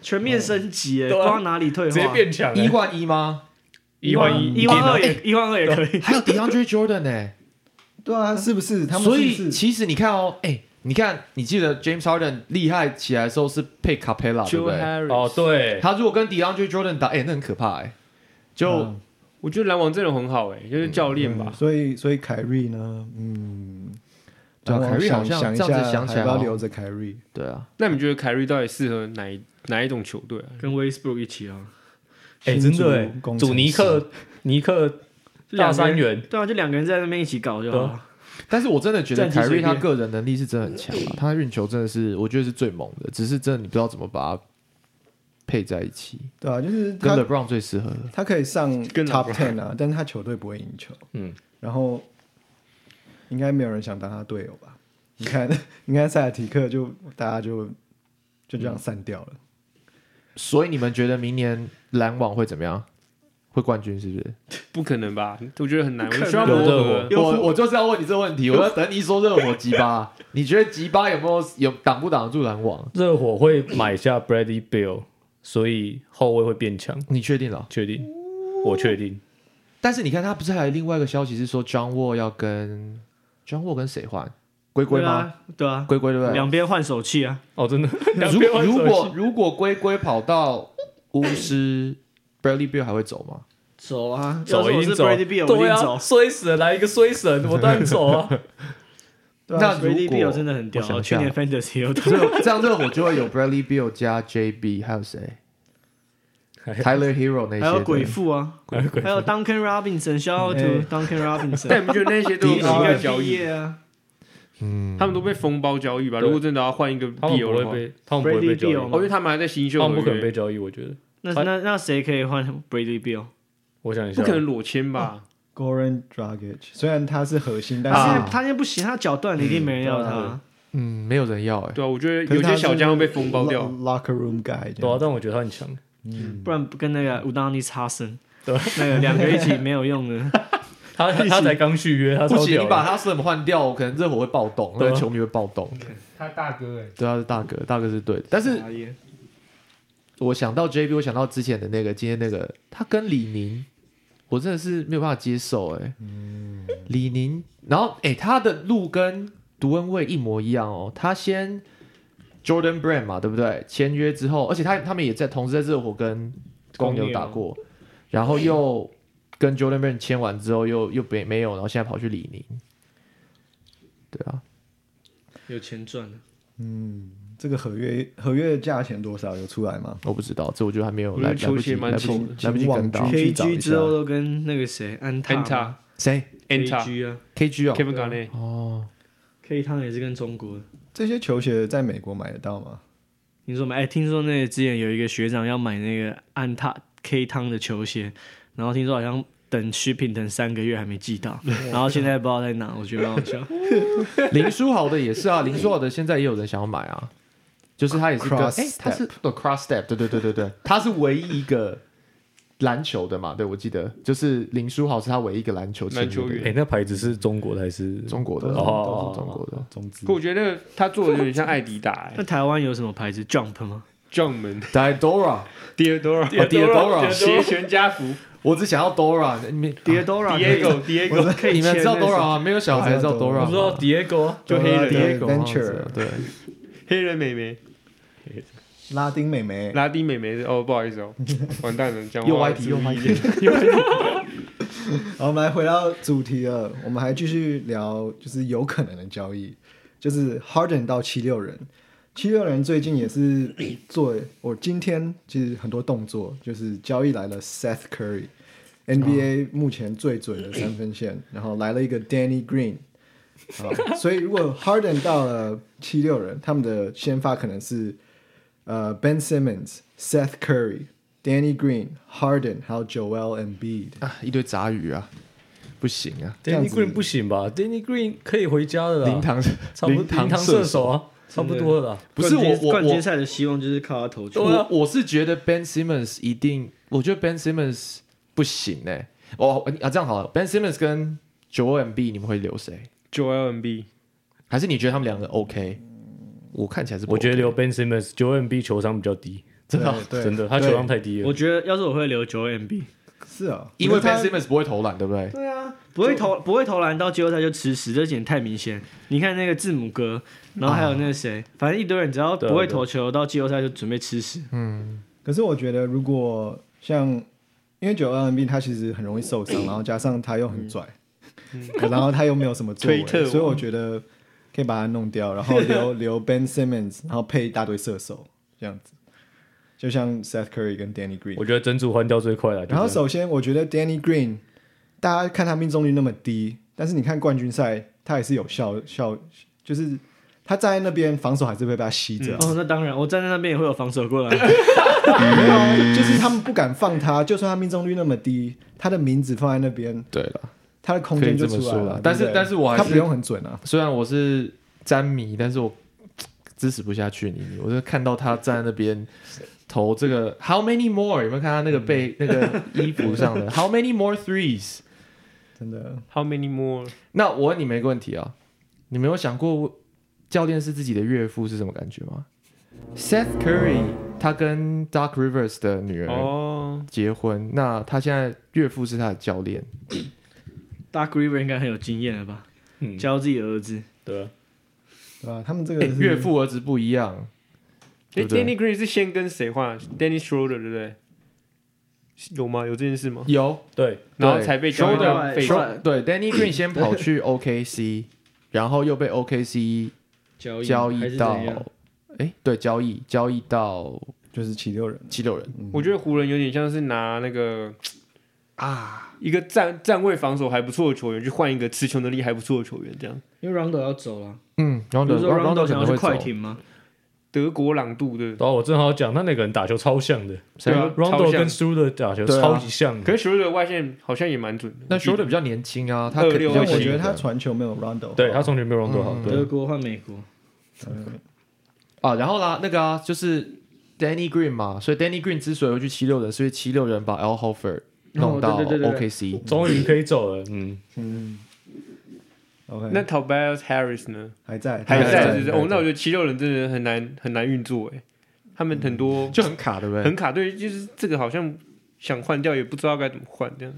Speaker 5: 全面升级耶，
Speaker 3: 对
Speaker 5: 不
Speaker 3: 啊
Speaker 5: 知道哪里退化。
Speaker 3: 直接变强欸，
Speaker 1: 一换一吗？
Speaker 3: 一换一，
Speaker 5: 一万二 也一万二也可以。
Speaker 1: 还有 DeAndre Jordan 呢、
Speaker 2: 对啊，是不是？ 他们
Speaker 1: 所
Speaker 2: 是不
Speaker 1: 以
Speaker 2: 是
Speaker 1: 其实你看哦，哎、你看，你记得 James Harden 厉害起来的时候是配 Capella 啊对不
Speaker 4: Joe
Speaker 1: 对？
Speaker 4: Harris。
Speaker 3: 哦，对，
Speaker 1: 他如果跟 DeAndre Jordan 打，哎、那很可怕哎、就、
Speaker 2: 嗯
Speaker 4: 我觉得篮网阵容很好哎，就是教练吧
Speaker 2: 嗯，所以所以凯瑞呢？嗯，
Speaker 1: 对啊
Speaker 2: 然后
Speaker 1: 凯瑞
Speaker 2: 想
Speaker 1: 好像
Speaker 2: 想一
Speaker 1: 这样
Speaker 2: 下，
Speaker 1: 子想起来
Speaker 2: 还
Speaker 1: 好
Speaker 2: 要不
Speaker 1: 像
Speaker 2: 要留着凯瑞。
Speaker 1: 对啊，
Speaker 4: 那你觉得凯瑞到底适合哪一哪一种球队啊？
Speaker 5: 跟 Westbrook 一起啊，
Speaker 3: 哎，
Speaker 2: 新
Speaker 3: 真
Speaker 2: 竹
Speaker 3: 的哎
Speaker 2: 工，程
Speaker 3: 祖尼克尼克大三元，
Speaker 5: 对啊，就两个人在那边一起搞就好
Speaker 3: 对
Speaker 5: 了。
Speaker 1: 但是我真的觉得
Speaker 5: 战绩
Speaker 1: 凯瑞
Speaker 5: 随便
Speaker 1: 他个人能力是真的很强啊，他运球真的是我觉得是最猛的，只是真的你不知道怎么把它配在一起，
Speaker 2: 对啊，就是
Speaker 1: 跟
Speaker 2: 他
Speaker 1: LeBron 最适合了。
Speaker 2: 他可 以上
Speaker 4: 跟
Speaker 2: top ten 啊，但是他球队不会赢球。
Speaker 3: 嗯，
Speaker 2: 然后应该没有人想当他队友吧？你看， 你看塞尔提克就大家就就这样散掉
Speaker 1: 嗯
Speaker 2: 了。
Speaker 1: 所以你们觉得明年篮网会怎么样？会冠军是不是？
Speaker 4: 不可能吧？我觉得很难，我
Speaker 5: 不可能
Speaker 4: 需要
Speaker 1: 啊
Speaker 3: 有
Speaker 4: 磨
Speaker 3: 热
Speaker 4: 合
Speaker 3: 火。
Speaker 5: 有
Speaker 1: 我我就是要问你这个问题，我要等你说热火吉巴， 你觉得吉巴有没有有挡不挡得住篮网？
Speaker 3: 热火会买下 Brady Bill，所以后卫会变强，
Speaker 1: 你确定了？
Speaker 3: 确定？我确定。
Speaker 1: 但是你看，他不是还有另外一个消息是说 John Wall 要跟 John Wall 跟谁换？龟龟
Speaker 5: 对
Speaker 1: 吗？
Speaker 5: 啊，对啊，
Speaker 1: 龟龟对不对？
Speaker 5: 两边换手气啊。
Speaker 3: 哦，真的。两边
Speaker 1: 如
Speaker 3: 换手
Speaker 1: 如
Speaker 3: 机
Speaker 1: 果如果龟龟跑到巫师，Bradley Bill 还会走吗？
Speaker 5: 走啊，
Speaker 3: 走
Speaker 5: 要是我
Speaker 3: 一定
Speaker 5: 是
Speaker 3: 走，
Speaker 5: Brady b 我一
Speaker 3: 对
Speaker 5: 定
Speaker 3: 啊，
Speaker 5: 走。
Speaker 3: 衰神来一个衰神，我当然走啊。
Speaker 2: 对
Speaker 1: 那
Speaker 2: 啊，
Speaker 1: 如
Speaker 5: Brady
Speaker 1: 果
Speaker 5: b 真的很屌啊
Speaker 1: 我，想一下
Speaker 5: 去年 Fantasy 有打。
Speaker 1: 热这样热火就会有 Bradley Bill 加 JB 还有谁
Speaker 3: 还 有
Speaker 1: ？Tyler Hero 那些
Speaker 5: 还有
Speaker 1: 的
Speaker 5: 鬼父啊，还有 Duncan Robinson，小奥图
Speaker 2: 哎
Speaker 5: Duncan Robinson，
Speaker 4: 但你们觉得那些都有
Speaker 5: 第
Speaker 4: 机
Speaker 5: 一
Speaker 4: 会
Speaker 5: 个
Speaker 4: 交
Speaker 5: 毕
Speaker 4: 易？
Speaker 5: 业啊
Speaker 1: 嗯，
Speaker 4: 他们都被封包交易吧？
Speaker 3: 对
Speaker 4: 如果真的要换一个
Speaker 3: 他们
Speaker 4: B
Speaker 3: 不
Speaker 4: O 的
Speaker 3: 会
Speaker 4: 话，
Speaker 3: 被，他们不会被
Speaker 5: Brady
Speaker 3: 交易
Speaker 5: Beal
Speaker 4: 哦，因为他们还在新秀
Speaker 3: 他
Speaker 4: 合
Speaker 3: 们不可能被
Speaker 4: 约，
Speaker 3: 交易。我觉得，
Speaker 5: 那
Speaker 3: 还
Speaker 5: 那那谁可以换 Brady b i l
Speaker 3: 我想一下，哦
Speaker 4: 不可能裸签吧？
Speaker 2: Goran Dragic 虽然他是核心，但
Speaker 5: 他现
Speaker 2: 是
Speaker 1: 啊
Speaker 5: 在他现在不行，他脚断了，一定没人要他。啊
Speaker 1: 嗯没有人要哎、
Speaker 4: 对啊，我觉得
Speaker 2: 可是
Speaker 4: 有
Speaker 2: 他
Speaker 4: 些小将会被
Speaker 2: 是
Speaker 4: 封包掉。
Speaker 2: lo- Locker room guy，这
Speaker 3: 对啊
Speaker 2: 样，
Speaker 3: 但我觉得他很强。
Speaker 5: 不然跟那个 Udani 差生，
Speaker 3: 对
Speaker 5: 那个两个一起没有用的。
Speaker 3: 他他才刚续约，他
Speaker 1: 不
Speaker 3: 啊超
Speaker 1: 行，
Speaker 3: 屌
Speaker 1: 你
Speaker 3: 的。
Speaker 1: 把他 Slim 换掉，可能热火会暴动，那
Speaker 3: 对啊
Speaker 1: 个球迷会暴动。
Speaker 4: 他大哥哎，
Speaker 1: 对，他是大哥，大哥是对的。但是我想到 JB，我想到之前的那个，今天那个，他跟李宁，我真的是没有办法接受哎、李宁，然后哎、他的路跟独恩卫一模一样哦。他先 Jordan Brand 嘛，对不对？签约之后，而且他他们也在同时在热火跟公牛打过，然后又跟 Jordan Brand 签完之后又又没没有，然后现在跑去李宁。对啊，
Speaker 5: 有钱赚的，
Speaker 2: 这个合约合约的价钱多少有出来吗？
Speaker 1: 我不知道，这我觉得还没有
Speaker 4: 我觉
Speaker 1: 来
Speaker 4: 得
Speaker 1: 来
Speaker 4: 球
Speaker 1: 不及，
Speaker 4: 鞋蛮
Speaker 1: 来不及
Speaker 4: 丑的
Speaker 1: 来不及
Speaker 2: 请
Speaker 1: 跟
Speaker 2: 网
Speaker 1: 到
Speaker 2: 军。去找
Speaker 5: KG
Speaker 2: 一
Speaker 5: 之后
Speaker 2: 下
Speaker 5: 都跟那个谁安踏
Speaker 4: Anta
Speaker 5: 嘛
Speaker 1: 谁
Speaker 4: Anta
Speaker 5: KG 啊
Speaker 1: KG 哦
Speaker 4: Kevin Garnett，
Speaker 1: 哦，
Speaker 5: ，K 汤也是跟中国的，
Speaker 2: 这些球鞋在美国买得到吗？
Speaker 5: 你说买？哎，听说那个之前有一个学长要买那个安踏 K 汤的球鞋，然后听说好像等 shipping 等三个月还没寄到，然后现在不知道在哪，我觉得蛮好 笑。
Speaker 1: 林书豪的也是啊，林书豪的现在也有人想要买啊，就是他也是跟
Speaker 2: Cross
Speaker 1: 哎，他是对 cross step，对对对对对，他是唯一一个篮球的嘛，对我记得就是林书豪是他唯一一个篮球签约的
Speaker 4: 篮球员
Speaker 3: 哎、那牌子是中国的还是哦
Speaker 1: 中国的，
Speaker 2: 都是
Speaker 1: 都是中国的。
Speaker 2: 总之
Speaker 4: 可，我觉得他做的有点像艾迪达、欸
Speaker 5: 那台湾有什么牌子 Jump 吗？
Speaker 4: ，Jumpman、
Speaker 1: Diadora，
Speaker 4: Diadora、
Speaker 1: Diadora
Speaker 4: 鞋全家福、
Speaker 1: 我只想要 Dora，你们
Speaker 5: Diadora 可以
Speaker 4: Diego、Diego，
Speaker 5: 可以
Speaker 1: 你们知道
Speaker 5: 签那种
Speaker 1: Dora 吗？没有小孩知道
Speaker 2: 我知道
Speaker 1: Dora，
Speaker 3: 我知道 Diego，
Speaker 4: 就黑人
Speaker 1: 对
Speaker 2: Diego
Speaker 1: 好像是
Speaker 2: Venture
Speaker 1: 对，
Speaker 4: 黑人美眉、
Speaker 2: 拉丁美眉，
Speaker 4: 拉丁美眉的哦，不好意 思哦，完蛋了，这样
Speaker 1: 又
Speaker 4: 我
Speaker 1: 歪
Speaker 4: 要
Speaker 1: 题
Speaker 4: 注
Speaker 1: 又
Speaker 4: 意
Speaker 1: 歪
Speaker 4: 一
Speaker 1: 题
Speaker 4: 点。。
Speaker 2: 好，我们来回到主题了，我们还继续聊，就是有可能的交易，就是 Harden 到七六人，七六人最近也是做，我今天其实很多动作，就是交易来了 Seth Curry。NBA 目前最准的三分线，然后来了一个 Danny Green，好，所以如果 Harden 到了七六人，他们的先发可能是呃 Ben Simmons、Seth Curry、Danny Green、Harden 还有 Joel Embiid。
Speaker 1: 啊，一堆杂鱼啊，不行啊，
Speaker 2: 这样
Speaker 3: Danny
Speaker 2: 子
Speaker 3: Green 不行吧？Danny Green 可以回家的啦，
Speaker 1: 灵堂
Speaker 3: 差不多
Speaker 1: 灵堂
Speaker 3: 灵堂
Speaker 1: 射
Speaker 3: 射
Speaker 1: 手
Speaker 3: 手啊，差不多了啦。
Speaker 1: 不 是我
Speaker 5: 冠军
Speaker 1: 我
Speaker 5: 冠
Speaker 1: 我
Speaker 5: 军赛的希望就是靠他投球。
Speaker 1: 我我是觉得 Ben Simmons 一定，我觉得 Ben Simmons 不行哎、哦啊，这样好了，Ben Simmons 跟 Joel M B 你们会留谁？
Speaker 4: Joel M B
Speaker 1: 还是你觉得他们两个 OK？我看起来是不
Speaker 3: 我觉得
Speaker 1: OK
Speaker 3: 留 Ben Simmons，Joel b 球商比较低，
Speaker 1: 真的啊、
Speaker 2: 对
Speaker 3: 真的，他球商太低
Speaker 5: 我
Speaker 3: 了。
Speaker 5: 觉得要是我会留九 MB，
Speaker 2: 是啊，
Speaker 1: 因为
Speaker 2: 我觉
Speaker 1: Ben
Speaker 2: 得
Speaker 1: Simmons 不会投篮，对不对？
Speaker 5: 对啊，不会投不会投篮到季后赛就吃屎，这点太明显。你看那个字母哥，然后还有那个谁，
Speaker 1: 嗯
Speaker 5: 反正一堆人只要
Speaker 3: 对啊
Speaker 5: 不会投球到季后赛就准备吃屎。
Speaker 2: 他可是我觉得如果像，因为九二 NB 他其实很容易受伤，然后加上他又很拽， 然后他又没有什么作为，
Speaker 4: 推特王
Speaker 2: 所以我觉得可以把他弄掉，然后留留 Ben Simmons，然后配一大堆射手这样子，就像 Seth Curry 跟 Danny Green
Speaker 3: 我。觉得整组换掉最快了。
Speaker 2: 然后
Speaker 3: 就这样
Speaker 2: 首先，我觉得 Danny Green，大家看他命中率那么低，但是你看冠军赛，他也是有效效，就是他站在那边防守还是会被他吸
Speaker 1: 嗯
Speaker 2: 着啊、
Speaker 5: 哦，那当然，我站在那边也会有防守过来。
Speaker 2: 没有啊，就是他们不敢放他，就算他命中率那么低，他的名字放在那边，
Speaker 1: 对了，
Speaker 2: 他的空间就出
Speaker 1: 可以
Speaker 2: 来
Speaker 1: 这么
Speaker 2: 了
Speaker 1: 说啦。
Speaker 2: 对不对
Speaker 1: 但是但是我还是
Speaker 2: 他不用很准啊，
Speaker 1: 虽然我是詹迷，但是我支持不下去你。我就看到他站在那边投这个 How many more？有没有看他那个被那个衣服上的 How many more threes？
Speaker 2: 真的。
Speaker 4: How many more？
Speaker 1: 那我问你们一个问题啊，你们有想过教练是自己的岳父是什么感觉吗？Seth Curry 他跟 Doc Rivers 的女儿
Speaker 4: 哦，
Speaker 1: 结婚，那他现在岳父是他的教练，
Speaker 5: Dark River 应该很有经验了吧？
Speaker 3: 嗯
Speaker 5: 教自己的儿子，
Speaker 3: 对啊，
Speaker 2: 对吧？他们这个
Speaker 1: 诶
Speaker 2: 是
Speaker 1: 欸岳父儿子不一样，
Speaker 4: 哎
Speaker 1: 对不对
Speaker 4: ，Danny Green 是先跟谁换？Danny Schroeder 对不对？有吗？有这件事吗？
Speaker 1: 有
Speaker 3: 对，
Speaker 4: 然后
Speaker 1: 对
Speaker 4: 才被交易到
Speaker 5: Schroeder-
Speaker 4: 费
Speaker 5: 说
Speaker 4: 城。
Speaker 5: 对
Speaker 1: 对，Danny Green 先跑去 OKC，然后又被 OKC
Speaker 5: 交易
Speaker 1: 交
Speaker 5: 还是
Speaker 1: 易
Speaker 5: 怎
Speaker 1: 到
Speaker 5: 样？，
Speaker 1: 哎，对，交易交易到
Speaker 2: 就是七六人，
Speaker 1: 七六人
Speaker 4: 我觉得湖人有点像是拿那个
Speaker 1: 嗯啊，
Speaker 4: 一个站站位防守还不错的球员去换一个持球能力还不错的球员，这样。
Speaker 5: 因为 Rondo 要走了，
Speaker 1: 嗯，然后
Speaker 5: 比如说
Speaker 1: Rondo
Speaker 5: Rondo
Speaker 1: 可能
Speaker 5: 想要
Speaker 1: 会
Speaker 5: 去
Speaker 1: 走
Speaker 5: 快艇吗？
Speaker 4: 德国朗度
Speaker 1: 嗯
Speaker 4: 对不对？
Speaker 3: 然后我正好讲，他那个人打球超像的
Speaker 1: 谁
Speaker 4: 对啊超
Speaker 3: ，Rondo
Speaker 4: 像
Speaker 3: 跟 Struder 打球
Speaker 1: 对啊
Speaker 3: 超级像的。
Speaker 4: 可是球的外线好像也蛮准的。
Speaker 1: 那 s h o r t e r 比较年轻啊，他
Speaker 4: 26
Speaker 1: 可比
Speaker 2: 但
Speaker 1: 较
Speaker 4: 对
Speaker 2: 我
Speaker 1: 新
Speaker 2: 觉得
Speaker 1: 的
Speaker 2: 他传球没有 Rondo
Speaker 3: 对
Speaker 2: 好
Speaker 3: 他从前没有 Rondo 好，对
Speaker 5: 德国换美国，
Speaker 2: 嗯
Speaker 1: 啊，然后啦，那个啊，就是 Danny Green 嘛，所以 Danny Green 之所以会去七六人，是因为七六人把 L Hofer 弄到
Speaker 5: 哦对对对对对
Speaker 1: OKC，
Speaker 3: 终于可以走了。嗯，
Speaker 2: 嗯，OK，
Speaker 4: 那 Tobias Harris 呢？
Speaker 2: 还在
Speaker 4: 还
Speaker 1: 还
Speaker 4: 在
Speaker 1: 在
Speaker 4: 是不是？哦，那我觉得七六人真的很难很难运作哎，他们很多
Speaker 1: 嗯就很卡，对不对？
Speaker 4: 很卡，对，就是这个好像想换掉也不知道该怎么换这样，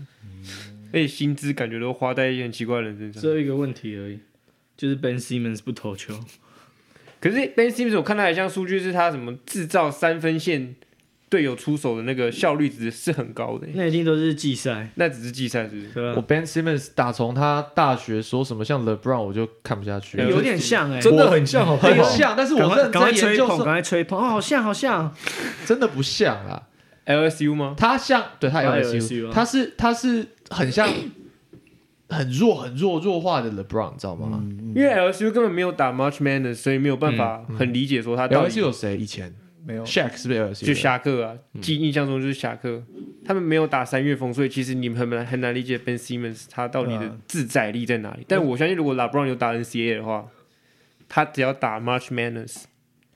Speaker 4: 而且薪资感觉都花在一些很奇怪的人身
Speaker 5: 只
Speaker 4: 上。
Speaker 5: 有一个问题而已，就是 Ben Simmons 不投球。
Speaker 4: 可是 Ben Simmons 我看他一项数据是他什么制造三分线队友出手的那个效率值是很高的欸，
Speaker 5: 那一定都是季赛，
Speaker 4: 那只是季赛是不是？
Speaker 5: 对
Speaker 1: 我
Speaker 5: 吧？
Speaker 1: Ben Simmons 打从他大学说什么像 LeBron，我就看不下去，
Speaker 4: 有
Speaker 5: 有点像哎、
Speaker 3: 真的很像，好不
Speaker 1: 很
Speaker 3: 好？
Speaker 1: 像，但是我
Speaker 5: 赶快
Speaker 1: 认
Speaker 5: 赶快
Speaker 1: 真研
Speaker 5: 吹
Speaker 1: 究
Speaker 5: 捧，赶
Speaker 1: 说，
Speaker 5: 快吹捧，哦，好像好像，
Speaker 1: 真的不像啦。
Speaker 4: LSU 吗？
Speaker 1: 他像对他
Speaker 5: 他
Speaker 1: LSU，
Speaker 5: LSU 啊
Speaker 1: 他是他是很像很弱很弱弱化的 LeBron，你知道吗
Speaker 2: 嗯嗯
Speaker 4: 因为 LSU 根本没有打 March Madness，所以没有办法很理解说他到底
Speaker 1: ？LSU 有谁以前？
Speaker 2: 没有
Speaker 1: Shaq 是不是也有 LSU？
Speaker 4: 就
Speaker 1: 的
Speaker 4: 侠客啊，
Speaker 2: 嗯
Speaker 4: 记印象中就是侠客，他们没有打三月风，所以其实你们很难很难理解 Ben Simmons 他到底
Speaker 2: 对
Speaker 4: 的
Speaker 2: 啊
Speaker 4: 自在力在哪里。但我相信，如果 LeBron 有打 NCAA 的话，他只要打 March Madness，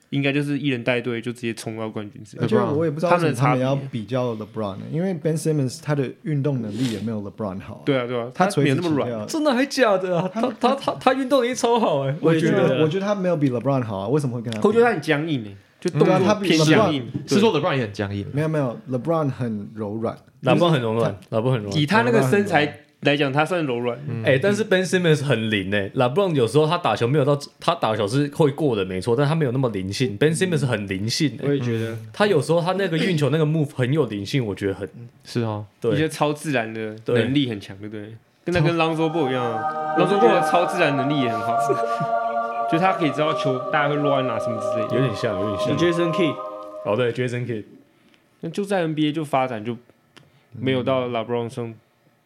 Speaker 4: 应该就是一人带队就直接冲到冠军之类
Speaker 2: 而且
Speaker 1: LeBron
Speaker 2: 我也不知道为什么他们要
Speaker 4: 他们的差别
Speaker 2: 比较 LeBron，呢因为 Ben Simmons 他的运动能力也没有 LeBron 好啊。
Speaker 4: 对啊，对啊，
Speaker 2: 他
Speaker 4: 没
Speaker 2: 垂
Speaker 4: 有
Speaker 2: 直
Speaker 4: 那么
Speaker 2: 起
Speaker 4: 软，
Speaker 2: 跳
Speaker 5: 真的还假的啊？他他他他运动能力超好哎，
Speaker 2: 我
Speaker 5: 也觉
Speaker 2: 得，我
Speaker 5: 得，
Speaker 2: 觉得他没有比 LeBron 好啊，为什么会跟他比？
Speaker 4: 我觉得他很僵硬诶，就动
Speaker 2: 对啊他
Speaker 4: 作
Speaker 2: 比
Speaker 4: 偏
Speaker 2: LeBron-
Speaker 4: 僵硬，对
Speaker 1: 是说 LeBron 也很僵硬，
Speaker 2: 没有没有，LeBron 很柔软，
Speaker 3: 老棒很柔软，老棒很柔软
Speaker 4: 以。他那个
Speaker 2: LeBron
Speaker 4: 身材来讲，他算柔软。
Speaker 3: 哎、但是 Ben Simmons 很灵哎、拉布朗有时候他打球没有到，他打球是会过的没错，但他没有那么灵性。Ben Simmons 很灵性、欸，
Speaker 5: 也觉得，
Speaker 3: 他有时候他那个运球那个 move 很有灵性，我觉得很
Speaker 1: 是哦，
Speaker 4: 一些
Speaker 3: 对。
Speaker 4: 超自然的
Speaker 3: 对
Speaker 4: 能力很强，对不对？跟他跟 Lonzo Ball 一样啊，Lonzo Ball 的超自然能力也很好， 就他可以知道球大家会乱啊拿什么之类
Speaker 3: 有
Speaker 4: 的。
Speaker 3: 点像，有点像。
Speaker 5: Jason Key
Speaker 3: 哦，对，Jason Kidd，
Speaker 4: 那就在 NBA 就发展就没有到 LeBron 上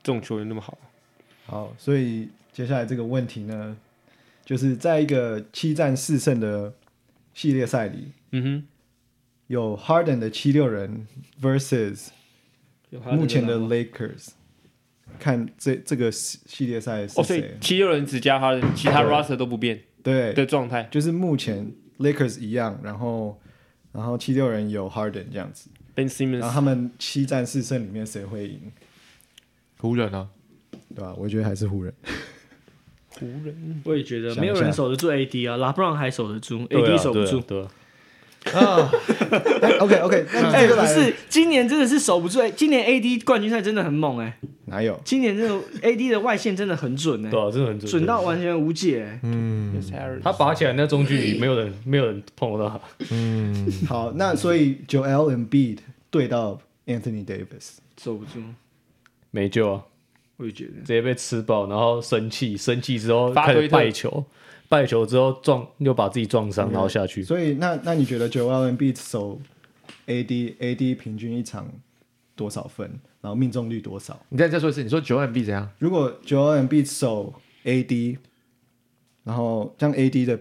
Speaker 4: 这种球员那么好。
Speaker 2: 好，所以接下来这个问题呢，就是在一个七战四胜的系列赛里，
Speaker 4: 嗯
Speaker 2: 有 Harden 的七六人 versus 目前的 Lakers，看这这个系系列赛
Speaker 4: 哼，哦，
Speaker 2: 是
Speaker 4: 所以
Speaker 2: 谁？
Speaker 4: 七六人只加哈登，其他 roster 都不变
Speaker 2: 对，
Speaker 4: 的状态。
Speaker 2: 就是目前 Lakers 一样，然后然后七六人有 Harden 这样子，
Speaker 4: Ben
Speaker 2: 然后
Speaker 4: Simmons
Speaker 2: 他们七战四胜里面谁会赢，
Speaker 1: 湖人啊，
Speaker 2: 对吧、我觉得还是湖人。
Speaker 4: 湖人
Speaker 5: 我也觉得
Speaker 2: 想
Speaker 5: 没
Speaker 2: 一
Speaker 5: 有
Speaker 2: 下
Speaker 5: 人守得住 AD 啊，拉布朗还守得住
Speaker 3: 对
Speaker 5: ，AD
Speaker 3: 啊
Speaker 5: 守不住。
Speaker 3: 对啊对啊
Speaker 2: 哎 OK OK，那
Speaker 5: 哎，
Speaker 2: 这就
Speaker 5: 不
Speaker 2: 来了
Speaker 5: 是，今年真的是守不住哎，今年 AD 冠军赛真的很猛哎，
Speaker 2: 哪有？
Speaker 5: 今年这种 AD 的外线真的很准哎
Speaker 3: 对，啊，真的很准，
Speaker 5: 准到完全无解哎。
Speaker 1: 嗯
Speaker 4: Yes, Harris
Speaker 3: 他拔起来那中距离，没有人没有人碰得到他。
Speaker 1: 嗯，
Speaker 2: 好，那所以 Joel Embiid 对到 Anthony Davis，
Speaker 5: 守不住，
Speaker 3: 没救啊，
Speaker 5: 我也觉得
Speaker 3: 直接被吃爆，然后生气，生气之后
Speaker 4: 发
Speaker 3: 开
Speaker 4: 推
Speaker 3: 始
Speaker 4: 特
Speaker 3: 败球，败球之后撞又把自己撞伤，然后下去。
Speaker 2: 所以那那你觉得 Joel Embiid 守 AD AD 平均一场多少分，然后命中率多少？
Speaker 1: 你再再说一次，你说九 MB 怎样？
Speaker 2: 如果 Joel Embiid 守 AD，然后将 AD 的